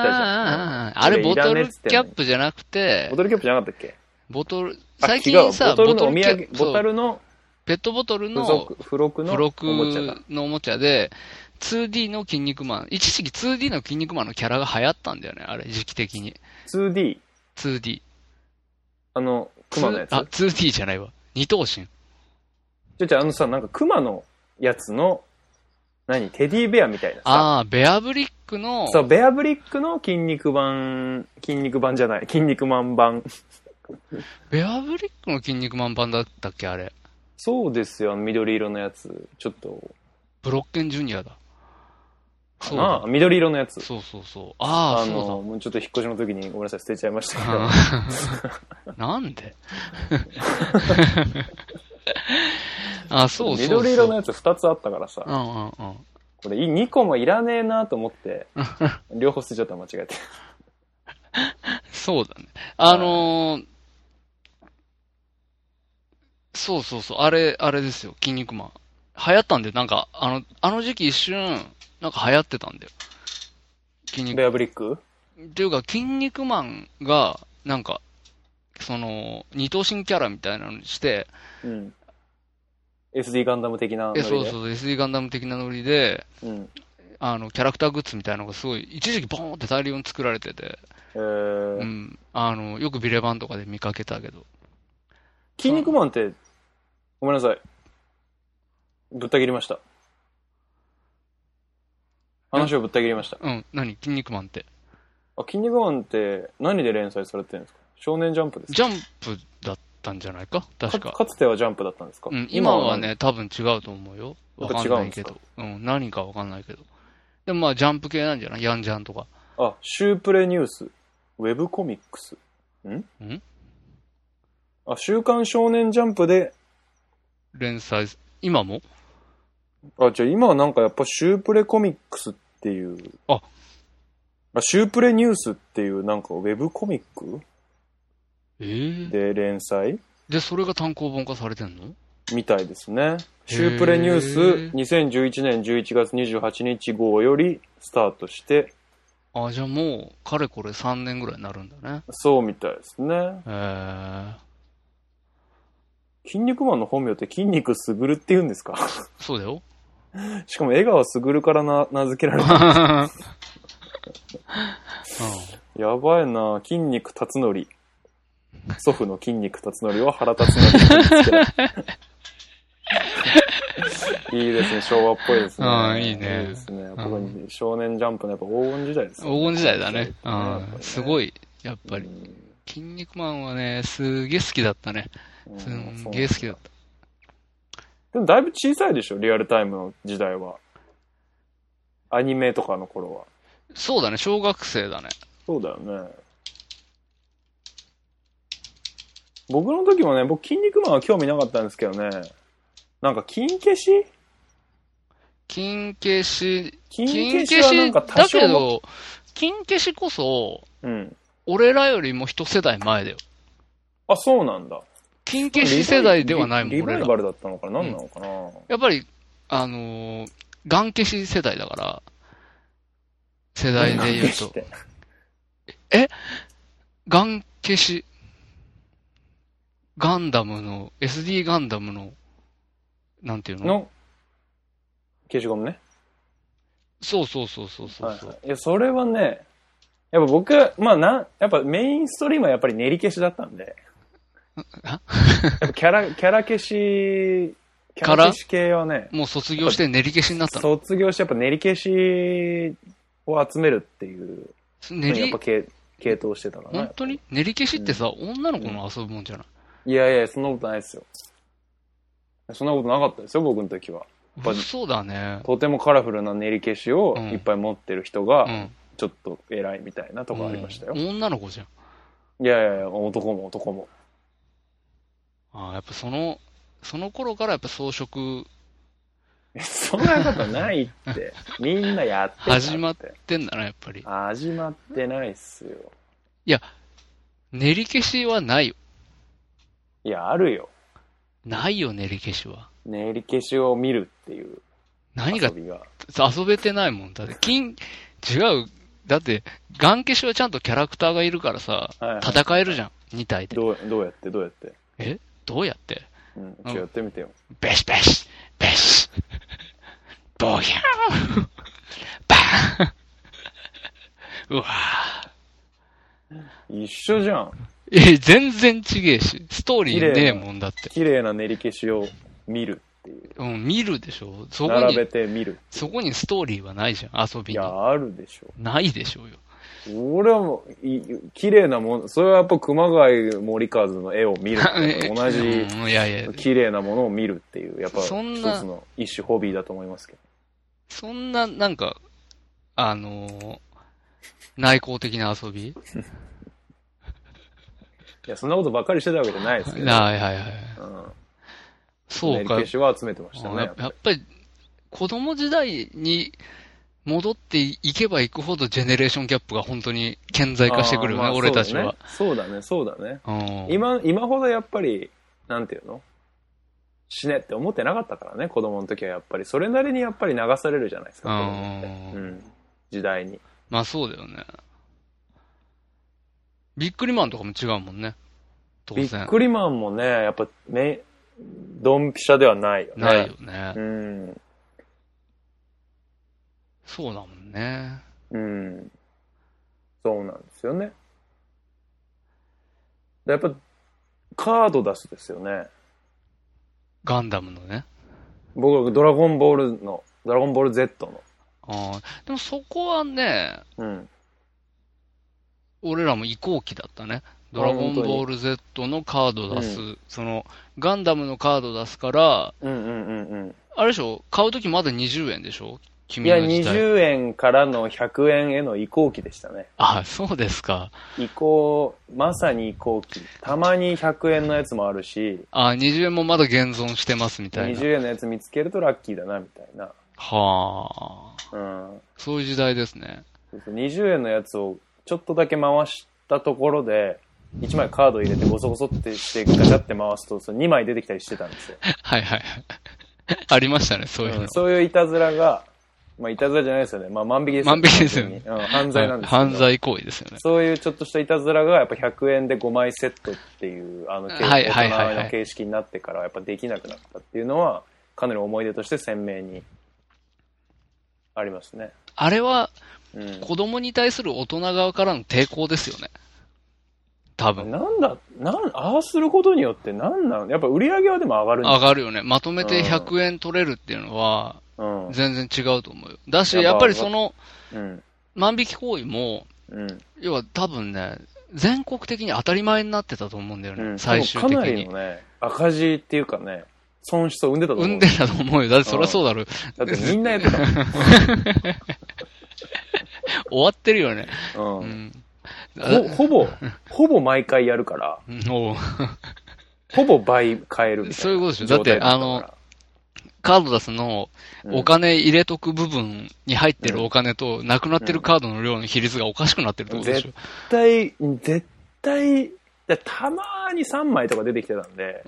あーあれ、
それ
ボ
いら
ト
ねえっ
ル
つってん
キ
の
ャ
に
ップじゃなくて
ボ、トルキャップじゃなかったっけ
ボトル、
あ
最近
違
さ、
うボトルの
ボト
お
ル
土
キャッ
産、
プ、
ボ
そ
タ
う
ルの
ペットボトル
付
の
属、付録の
付録
おもちゃだ。
のおもちゃで、2D の筋肉マン、一時期 2D の筋肉マンのキャラが流行ったんだよね、あれ、時期的に。
2D。
2D。
あの、熊のやつ。
あ、2D じゃないわ。二等身。
ちょちょ、あのさ、なんか熊のやつの、何テディベアみたいなさ。
ああ、ベアブリックの、
そう、ベアブリックの筋肉版、筋肉版じゃない、筋肉マン版。
ベアブリックの筋肉マン版だったっけ、あれ。
そうですよ、あの緑色のやつ。ちょっと、
ブロッケンジュニアだ。
か
そう
な
だ。
緑色のやつ。
そうそうそう。ああ、
の
そうだ。
もうちょっと引っ越しの時にごめんなさい、捨てちゃいましたけど。
うんなんで あ、そうそうそう。
緑色のやつ2つあったから
う
さ、
んうんうん。
これ2個もいらねえなと思って、両方捨てちゃった間違えて。
そうだね。あのーそうそうそう、あれ、あれですよ、筋肉マン。流行ったんで、なんか、あの、あの時期一瞬、なんか流行ってたんだよ。筋肉、
ベアブリック
っていうか、筋肉マンが、なんか、その、二等身キャラみたいなのにして、
うん。SD ガンダム的なノリ
え、
で。
そうそう、SD ガンダム的なノリで、
うん。
あの、キャラクターグッズみたいなのがすごい、一時期ボーンって大量に作られてて、
え
う
ー、
ん。あの、よくビレバンとかで見かけたけど。
筋肉マンって、ごめんなさい。ぶった切りました。話をぶった切りました。
うん、何筋肉マンって。
あ、筋肉マンって何で連載されてるんですか少年ジャンプです
ジャンプだったんじゃないか確
かか
か。
つてはジャンプだったんですか、
うん、今はね、多分違うと思うよ。わかん
やっ
な
ぱ違うん
い
で
け
すか
ど。うん、何かわかんないけど。でもまあ、ジャンプ系なんじゃないヤンジャンとか。
あ、シュープレニュース、ウェブコミックス。ん
ん
あ、週刊少年ジャンプで、
連載、今も
あ、じゃあ今はなんかやっぱシュープレコミックスっていう。
あ
あ、シュープレニュースっていうなんかウェブコミック
ええ。
で連載
で、それが単行本化されてんの
みたいですね。シュープレニュース2011年11月28日号よりスタートして、
あ、じゃあもう、かれこれ3年ぐらいになるんだね。
そうみたいですね。
へえ。
筋肉マンの本名って筋肉すぐるって言うんですか
そうだよ。
しかも江川すぐるからな名付けられた。
う
やばいな筋肉辰則。祖 父の筋肉辰則は原辰則に名付けられた。 いいですね、昭和っぽいですね。
うんいいね
いいですね。僕に少年ジャンプのやっぱ黄金時代ですね。
黄金時代だね。う
やっぱり
ん
ね。
すごい、やっぱ
う
り。
ん
筋肉マンはね、すげえ好きだったね。
うん
すんげえ好きだった。
でもだいぶ小さいでしょ、リアルタイムの時代は。アニメとかの頃は。
そうだね、小学生だね。
そうだよね。僕の時もね、僕、筋肉マンは興味なかったんですけどね。なんか、金消し
金消し、
金
金
消
消
しはなん
し、
か
だ
多少
け
の、
ど、金消しこそ、
うん。
俺らよりも一世代前だよ。
あ、そうなんだ。
金消し世代ではないもん、
リバイリ
俺ら
バ。イバルだったのかな何なのかな、
やっぱり、あのー、ガン消し世代だから、世代で言うと
っ。て
ガン消し、ガンダムの、SD ガンダムの、なんていうの
の、消しゴムね。
そうそうそうそうそう。
はいはい。いや、それはね、やっぱ僕、まあなん、やっぱメインストリームはやっぱり練り消しだったんで。や
あ
っぱキャラ、キャラ消し、キャラ消し系はね、
もう卒業して練り消しになったの。
卒業してやっぱ練り消しを集めるっていう、
練
やっぱ
り、
系系統してたか
本
な。
当に練り消しってさ、女の子の遊ぶもんじゃない
いやいや、そんなことないですよ。そんなことなかったですよ、僕の時は。ぱり
嘘だね。
とてもカラフルな練り消しを
うん
いっぱい持ってる人
う
が、
ん。
ちょっと偉いみたいなとこありましたよ。
うん女の子じゃん。
いやいやいや、男も男も。
ああ、やっぱその、その頃からやっぱ装飾っ
そんなことないって。みんなやってたって。
始まって。てんだな、やっぱり。
始まってないっすよ。
練り消しはないよ。
いや、あるよ。
ないよ、練り消しは。
練り消しを見るっていう
何が
遊びが。
遊べてないもん。だって、金、違う。だって、ガン消しはちゃんとキャラクターがいるからさ、
はいはい
戦えるじゃん。2体で。
どうどうやってどうやって。
どうやって
うん、ちょっとやってみてよ。
ベシベシベシボヒャーンバ ーンうわぁ。
一緒じゃん。
え、全然ちげえし。ストーリーねえもんだって。
綺麗な練り消しを見るっていう。
うん、見るでしょ。そこ
並べ
に、
て見る。
そこにストーリーはないじゃん。遊び
い
に。
や、あるでしょ。
ないでしょうよ。
俺はもう、い綺麗なもの、それはやっぱ熊谷森和の絵を見る っていう。 同じ
うんいやいや、
綺麗なものを見るっていう、やっぱ一つ
そんな
の一種ホビーだと思いますけど。
そんな、なんか、あのー内向的な遊び
いや、そんなことばっかりしてたわけじゃないですけど。
はいはいはい。
うん。
そう
練り
か。
消しは集めてましたね。
ややっぱり、子供時代に戻っていけばいくほど、ジェネレーションギャップが本当に顕在化してくるよね、
あーまあ
俺たちは。
そうだね、そうだね。
うん
今、今ほどやっぱり、なんていうの死ねって思ってなかったからね、子供の時はやっぱり。それなりにやっぱり流されるじゃないですか、子供って
うん
うん。時代に。
まあそうだよね。ビックリマンとかも違うもんね。当
ビッ
然。
クリマンもね、やっぱ、め、ドンピシャではないよね。
ないよね。
うん。
そうだもんね。
うん。そうなんですよね。でやっぱ、カード出すですよね。
ガンダムのね。
僕、ドラゴンボールの、ドラゴンボール Z の。
あーでもそこはね、
うん。
俺らも移行期だったね。ドラゴンボール Z のカード出す、
う
その、ガンダムのカード出すから、
うんうんうん
あれでしょ買うときまだ20円でし
う
ょ
ん。
君
いや、
の時代。
20円からの100円への移行期でしたね。
あ、そうですか。
移行、まさに移行期。たまに100円のやつもあるし、
あ、20円もまだ現存してますみたいな。
20円のやつ見つけるとラッキーだな、みたいな。
はあ。
うん。
そういう時代ですね。
そうそう20円のやつをちょっとだけ回したところで、1枚カード入れてゴソゴソってしてガチャって回すと、その2枚出てきたりしてたんですよ。
はいはい はい。ありましたね、そういうの。
うん そういういたずらが、まあいたずらじゃないですよね。まあ万引きですよ
万引きですよね
完全にうん、犯罪なんですけど
犯罪行為ですよね。
そういうちょっとしたいたずらが、やっぱ100円で5枚セットっていう、あの、形
はいはいはいはい
大人の形式になってから、やっぱできなくなったっていうのは、かなり思い出として鮮明にありますね。
あれは
うん。
子供に対する大人側からの抵抗ですよね。多分。
なんだ、なん、ああすることによってなんなんやっぱ売り上げはでも上がるん
上
じ
がるよね。まとめて
うん
100円取れるっていうのは、
ゃん。
全然違うと思うよ。だし、
やっぱ
やっぱりその、
うん。
万引き行為も、
うん。
要は多分ね、全国的に当たり前になってたと思うんだよね、
うん。
最終的
でもかなり
に
の。ね、赤字っていうかね、損失を生んでたと思う。
産んでたと思うよ。だってそりゃそうだろ。
だってみんなやってたも
終わってるよね。
ん。
う
うん。
ん。
ほほぼ、ほぼ毎回やるから、
うんおう
ほぼ倍買えるみたいな
そういうことでしょだって
状態ったから
カード出すの、
うん
お金入れとく部分に入ってるお金と、なくなってるカードの量の比率がおかしくなってるってことでしょ
絶。対、絶対、だたまーに3枚とか出てきてたん で、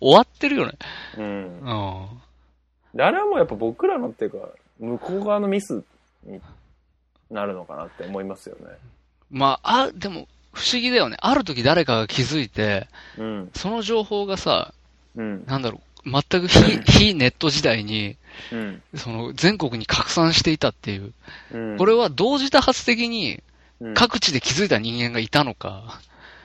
終わってるよね。
うん。
うん。
であれはもうやっぱ僕らのっていうか、向こう側のミスになるのかなって思いますよね。
まあ、あ、でも、不思議だよね。ある時誰かが気づいて、
うん。
その情報がさ、
うん。
なんだろう、全 く非、非ネット時代に、
うん。
その、全国に拡散していたっていう。
うん
これは同時多発的に、
うん
各地で気づいた人間がいたのか。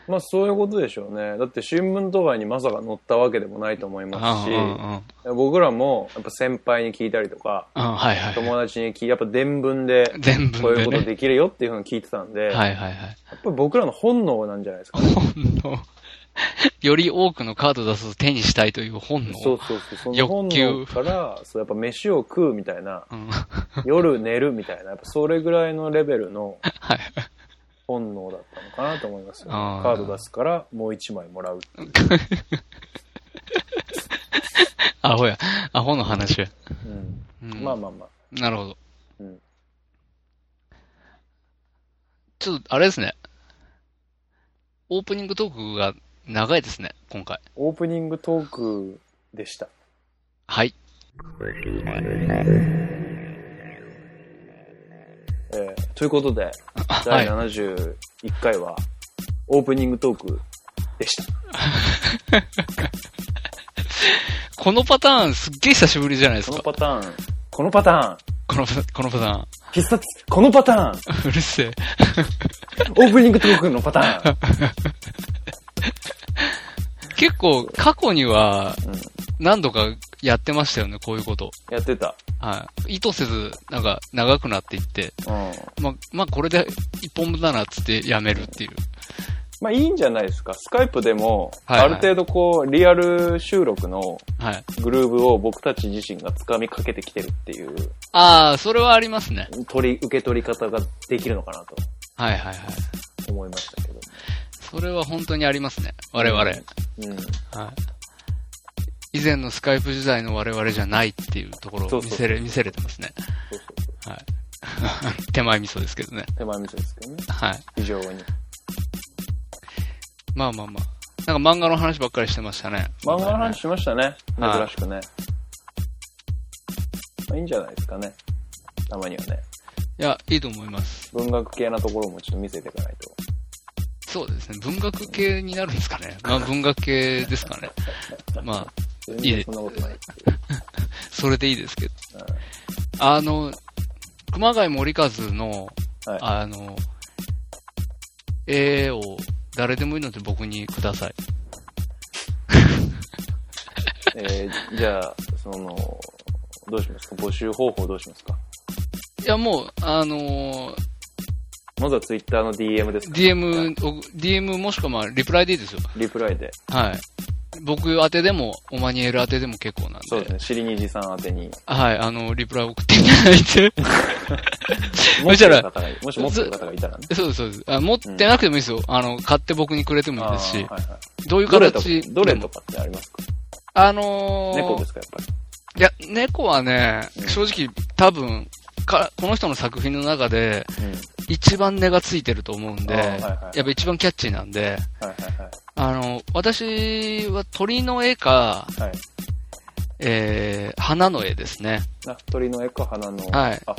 まあそういうことでしょうね。だって新聞とかにまさか載ったわけでもないと思いますし
うん、うんうん。
僕らもやっぱ先輩に聞いたりとか、
うん、はいはい。
友達に聞いやっぱ伝聞で、
全
こうい
部
う
で
こと
ね。
できるよっていうふうに聞いてたんで、やっ
はいはいはい。
ぱり僕らの本能なんじゃないですかね。
本能。より多くのカード出すと手にしたいという本能。
そうそうそう。その本
欲
能
求
から、そうやっぱ飯を食うみたい な、
うん。
夜寝るみたいな、やっぱそれぐらいのレベルの
はい。
本能だったのかなと思いますよ、ね
あ。ー
カード出すからもう1枚もらう。
アホや。アホの話や。
うん。
うん
まあまあまあ。
なるほど。
うん
ちょっと、あれですね。オープニングトークが長いですね、今回。
オープニングトークでした。
はい。
えーということで、
は
第
い。
71回はオープニングトークでした。
このパターンすっげえ久しぶりじゃないです
この
か。
パターン、このパターン、
このパこのパタ
必殺、このパターン、
ーン。う るせえ。
オープニングトークのパターン。
結構過去には
うん
何度かやってましたよね、こういうこと。
やってた。
はい。意図せず、なんか長くなっていって、
うん。
まあ、まあこれで一本目だなっつってやめるっていう。
まあいいんじゃないですか。スカイプでも、
はいはい
ある程度こう、リアル収録の
はい。
グルーブを僕たち自身が掴みかけてきてるっていう、
ああ、それはありますね。
取り、受け取り方ができるのかなと
はいはいはい。
思いましたけど。
それは本当にありますね。我々。はい。
うん。
以前のスカイプ時代の我々じゃないっていうところ
そ
を
うそう
見せれ、見せれてますね。
そうそうそう。
はい。 手前味噌ですけどね。
手前味噌ですけどね。
はい。
非常に。
まあまあまあ。なんか漫画の話ばっかりしてましたね。
漫画の話しましたね。
はい
珍しくね。まあいいんじゃないですかね。たまにはね。
いや、いいと思います。
文学系なところもちょっと見せていかないと。
そうですね。文学系になるんですか ね。まあ文学系ですかね。まあ、
全
いいね
然そんなことないっていう。
それでいいですけど。
うん
あの、熊谷森和の、
はい
あの、絵を誰でもいいので僕にください。
えーじゃあ、その、どうしますか募集方法どうしますか
いや、もう、あのー
まずはツイッターの DM ですか
DM、お DM もしくはまあ、リプライでいいですよ。
リプライで。
はい。僕宛てでも、オマニエル宛てでも結構なんで。
そうですね。シリニジさん宛てに。
はい、あの、リプライ送っていただい て。
も
そし
したる
ら
方がいもし持ってる方がいたらね。
そうです、そうですあ。持ってなくてもいいですよ。あの、買って僕にくれてもいいですし
あー、はいはい
どういう
どれとか
形、
どれとかってありますか
あのー、
猫ですか、やっぱり。
いや、猫はね
う、ん
正直多分、かこの人の作品の中で
うん。
一番値がついてると思うんで、
あーはいはい
やっぱ一番キャッチーなんで、
はいはいはい。
あの、私は鳥の絵か、
はい。
えー、花の絵ですね。
あ、鳥の絵か花の。
はい
あ、さ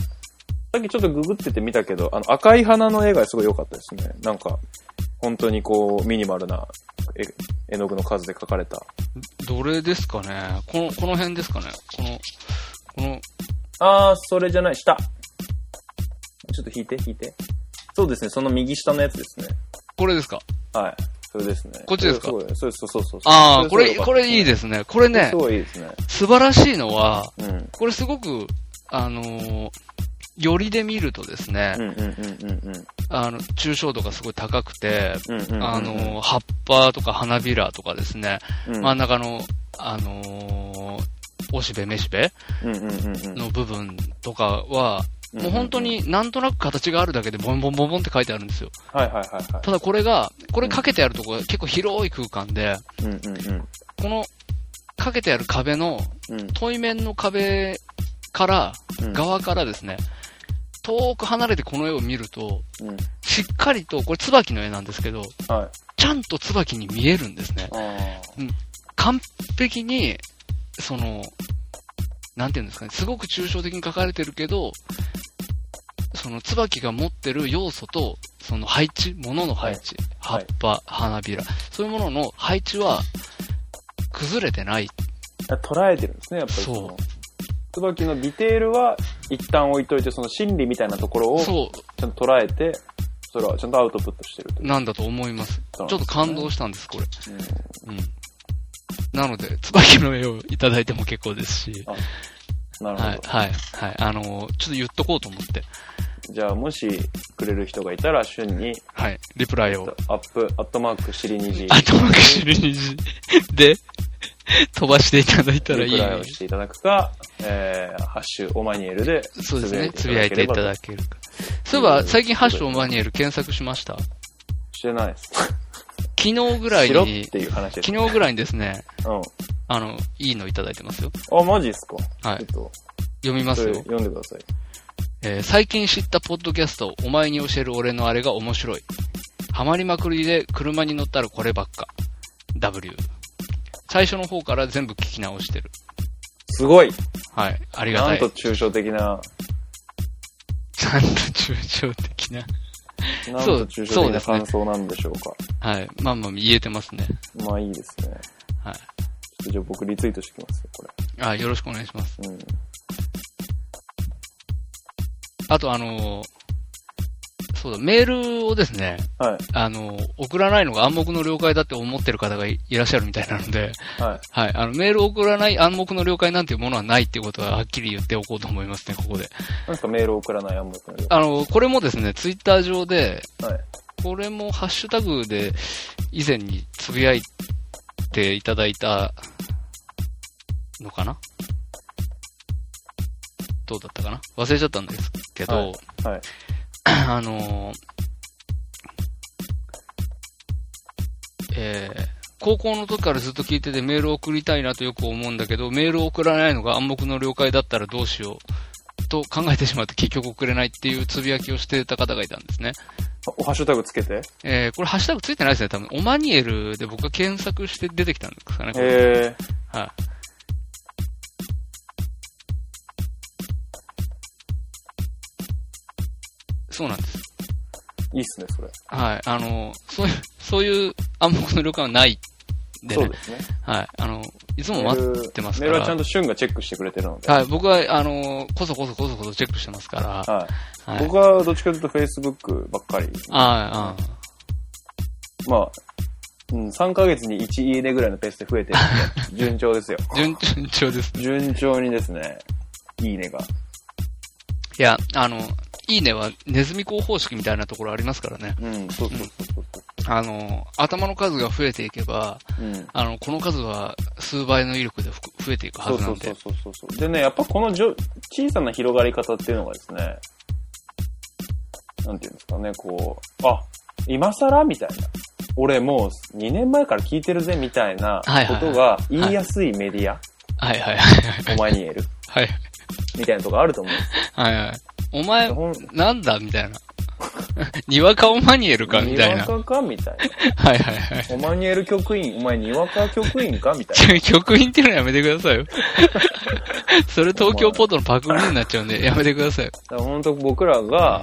っきちょっとググってて見たけど、あの赤い花の絵がすごい良かったですね。なんか、本当にこう、ミニマルな絵絵の具の数で描かれた。
どれですかねこの、この辺ですかねこの、この、
あー、それじゃない、下。ちょっと引いて、引いて。そうですね、その右下のやつですね。
これですか
はい。それですね。
こっちですか
それそうそうそうそう。
ああ、これ、これいい
で
ですね。これ
すごい良かった
ね
す、ごいいいですね。
素晴らしいのは、
うん。
これすごく、あのーよりで見るとですね、
うんうんうんうんうん
あの、抽象度がすごい高くて、
うんうんうん。
あのー葉っぱとか花びらとかですね、
うん、
真ん中の、あのーおしべめしべ
うんうんうんうん
の部分とかは、
ん
もう本当になんとなく形があるだけでボンボンボンボンって書いてあるんですよ。
はいはいはいは
ただこれが、これかけてあるとこが結構広い空間で、
い。うんうん
このかけてある壁の、
うん。うん
対面の壁から、
うん
側からですね、遠く離れてこの絵を見ると、
うん。
しっかりと、これ椿の絵なんですけど、
はい。
ちゃんと椿に見えるんですね。
ああ。
完璧に、その、なんていうんですかね、すごく抽象的に描かれてるけど、その椿が持ってる要素と、その配置、物の配置、葉
はい
っぱ、花びら、そういうものの配置は、崩れてない。
捉えてるんですね、やっぱりの
そう
椿のディテールは一旦置いといて、その心理みたいなところをち
そ
ゃんと捉えて、それはちゃんとアウトプットしてると
う、
いう。
なんだと思います。ちょっと感動したんです、これ。
うん
うん。なので、椿の絵をいただいても結構ですし、
なるほど。
はい、はい、はい。あのーちょっと言っとこうと思って、
じゃあ、もしくれる人がいたら、瞬に、
はい、リプライを。
アップ、アットマーク、シリニジ、
あとマクシルにじで飛ばしていただいたらい
リ
い
プ。ライをしていただくか、えー、ハッシュ、オマニエルで、
そうですね。
つ
つぶ
ぶ
や
や
い
い
て
て
い
い
た
た
だ
だ
けるか。そういえば、
うん
最近ハッシュオンマニエル検索しました。
知らないです。
昨日ぐらい
しろっ
に
て、いう話です。
昨日ぐらいにですね、
う
あの、いいのいただいてますよ。
ん。あ、マジですか
はい。
ちょっ
読みま
と、
す
それ
よ。
読んでください。
えー最近知ったポッドキャスト、お前に教える俺のあれが面白い。ハマりまくりで車に乗ったらこればっか。W。最初の方から全部聞き直してる。
すごい
はい。ありが
な
た
ん
い。
と抽象的な、
ちゃんと抽象的な。
なん
そ
と
う
抽
そ
象的
うで
な
すね
感想なんでしょうか。
はい。まあまあ、言えてますね。
まあいいですね。
はい。
ちょっとじゃあ僕リツイートしてきますよ、こ
あ、よろしくお願いします。
れ。うん。
あと、あのーそうだ、メールをですね、
はい。
あのー送らないのが暗黙の了解だって思ってる方がいいらっしゃるみたいなので、
はい。
はい。あの、メールを送らない暗黙の了解なんていうものはないっていうことははっきり言っておこうと思いますね、ここで。
なんかメール送らない暗黙の了
あの、これもですね、ツイッター上で、
解。はい。
これもハッシュタグで以前につぶやいていただいたのかなどうだったかな忘れちゃったんですけど、
はいはい
あのーえー高校の時からずっと聞いててメールを送りたいなとよく思うんだけど、メールを送らないのが暗黙の了解だったらどうしようと考えてしまって結局送れないっていうつぶやきをしてた方がいたんですね。
おハッシュタグつけて。
えーこれハッシュタグついてないですね、多分。オマニエルで僕が検索して出てきたんですかね、これ
え
はい。そうなんです。
ー、いいっすね、それ。
はい。あの、そういう、そういう暗黙の旅館はないんで
そう
ね。
ですね。
はい。あの、いつ
メー
も待
ル
ってます
メー
から。
ルはちゃんと旬がチェックしてくれてるので。
はい。僕は、あの、こそこそこそこそチェックしてますから。
は。
はいい。
僕はどっちかというと Facebook ばっかり。
ああ、
まあ、うん、3ヶ月に1いいねぐらいのペースで増えてるんで、 順調ですよ。
ああ順 順調です。
順調にですね、いいねが。
いや、あの、いいねはネズミ講方式みたいなところありますからね。
うん、そうそうそうそう
あの、頭の数が増えていけば、
そう。うん。
あの、この数は数倍の威力でふく増えていくは
そう
ずな
そ
ん
うそ
で
う。そうそう。でね、やっぱこのじょ小さな広がり方っていうのがですね、なんていうんですかね、こう、あ、今更みたいな。俺もう2年前から聞いてるぜみたいな
はいはい
ことが言いやすいメディア、
はいはいはい
お前に言える、
はい。
みたいなとこあると思うんです
はいはい。お前
けど、ほん
なんだみたいな。 にわかオマニエルかみたい
に
な。
わ
は
かかみたい
いはいはい。
な。お前に言える局員、お前にわか局員かみたい
ちょ局員っていうのや めてくださいよ。 それ東京ポートのパクリになっちゃうんで、やめてくださいよ。
な。だから本当僕らが、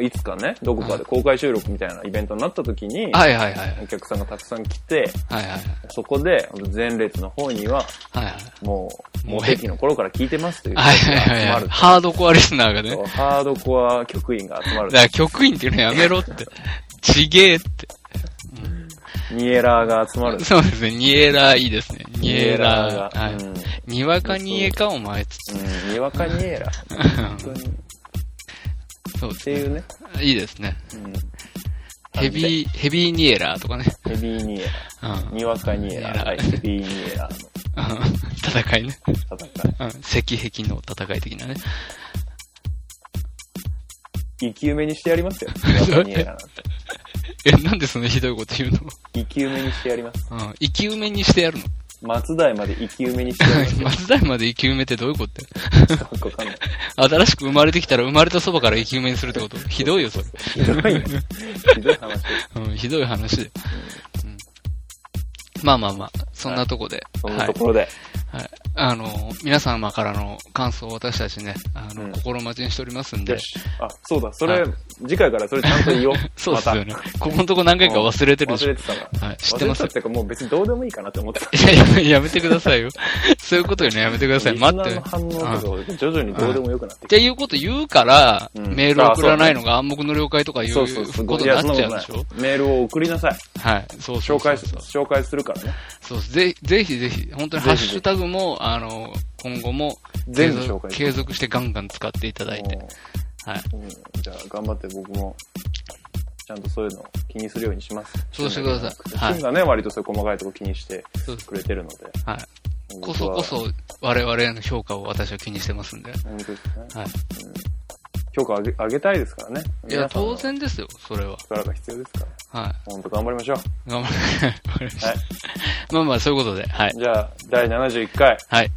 いつかね、どこかで公開収録みたいなイベントになった時に、
はいはいはい。
お客さんがたくさん来て、
はいはいはい。
そこで、前列の方には、
はいはい
もう、
もう
モテ期の頃から聞いてますという人
は
が
い
集
はい
ま
はいは
る
い。ハードコアリスナーがね。
ハードコア局員が集まる
だから局員っていうのやめろって。ちげえって。
ニエラーが集まるんです。
そうですね、ニエラーいいですね。ニエラー。
が。
は
う
い。
ん
にわかにえか、お前、つっ
うん、にわかニエラー。
て。
本当に。っ
そうです
て
ね。
いうね。
いいですね。
うん
ヘビー、ヘビーニエラーとかね。
ヘビーニエラ
うん。うん
ー。にわかニエラー。はい、ヘビーニエラー
戦いね。
の戦い。
うん。石壁の戦い的なね。
生き埋めにしてやりますよ。にわかニエラーなんて。
え、なんでそんなひどいこと言うの
生き埋めにしてやります。
うん。生き埋めにしてやるの。
松代まで生き埋めにしてやり ま
松代まで生き埋めってどういうこと
す。よくわかんない。
新しく生まれてきたら生まれたそばから生き埋めにするって ことひどいよ、それ。
ひどいよ。ひどい話です。
うん、ひどい話で。うん。まあまあまあ、そんなとこで。
そん
は
ないと。ころで。
はい。あの、皆様からの感想を私たちね、あの、
うん
心待ちにしておりますんで
よ。し。あ、そうだ、そ
は
れ
い、
次回からそれちゃんと言おう。
そうですよ
ま
ね。ここのとこ何回か忘れて
た
る
忘
でしょ
れ。てたから。
はい、知ってます
忘れてたっていうか、もう別にどうでもいいかなって思ってた。
いやいや、やめてくださいよ。 そういうことよね、やめてください。待っ
リ
て。
スナ
っ
ーの反応とか、徐々にどうでもよくなってき
ていうこと言うから、
うん
メールを送らないのが暗黙の了解とかい
て。
う
そうそうそう。
こと
い
にな
や
っ
そん
ちゃ
な
う
こ
ん
と
で
ない
しょ。
メールを送りなさい。
はい、そうそうそう
紹介す、
そう
紹介するからね。
そうぜひ、ぜひぜひ、本当に
ぜ
ハ
ひぜひ
ッシュタグも、あの、今後も継
全部紹
続、
介
継続してガンガン使っていただいて。はい。
うんうんじゃあ、頑張って僕も、ちゃんとそういうのを気にするようにします。
そうしてくださいはい
君がね、割とそういう細かいとこ気にして
そうです
くれてるので。
はい。こ
僕
そ
は
こ。そ、我々への評価を私は気にしてますんで。
本当ですね。
は
評価上げ上げたいですからね。
い。いや
皆、さんの
当然ですよ、それは。
力が必要ですから。
は
本当頑張りましょう。
い。頑張れ。わかりました
はい
まあまあ、そういうことで、はい。
じゃあ、第71回、
はい。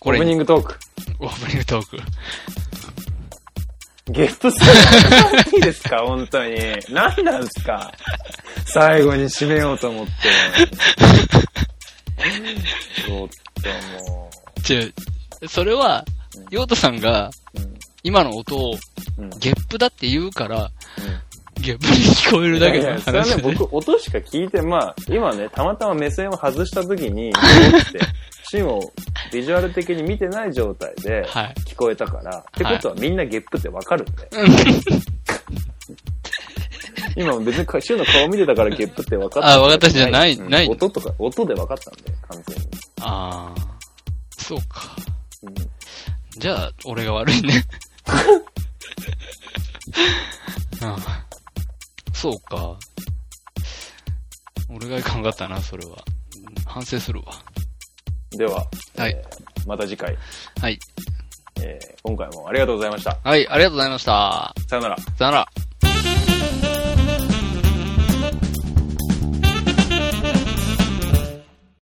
オ
こ
ー
れ
プニ
に、
ングトーク。
オープニングトーク。
ゲップするのいいですか本当に。何なんですか最後に締めようと 思って。ちょっとも
違う。それは、ヨウトさんが、
う。うん
今の音を、
うんうん
ゲップだって言うから、ゲップに聞こえるだけ
いやい
の
やそれは
話
ね、
で。
僕、音しか聞いて、まあ、今ね、たまたま目線を外した時 に、こうって、シーンをビジュアル的に見てない状態で、
はい。
聞こえたから、ってことはみんなゲップってわかるんで。今別にシュウの顔見てたからゲップって分かった。
あ分かったじゃない
うん
ない
音とか、音で分かったんで、完全に。
ああ。そうか。
うん
じゃあ、俺が悪い ね。ああそうか。俺がいかんかったな、それは。うん反省するわ。
では、
はい
えーまた次回、
はい。
えー今回もありがとうございました。
はい、ありがとうございました。
さよなら。
さよなら。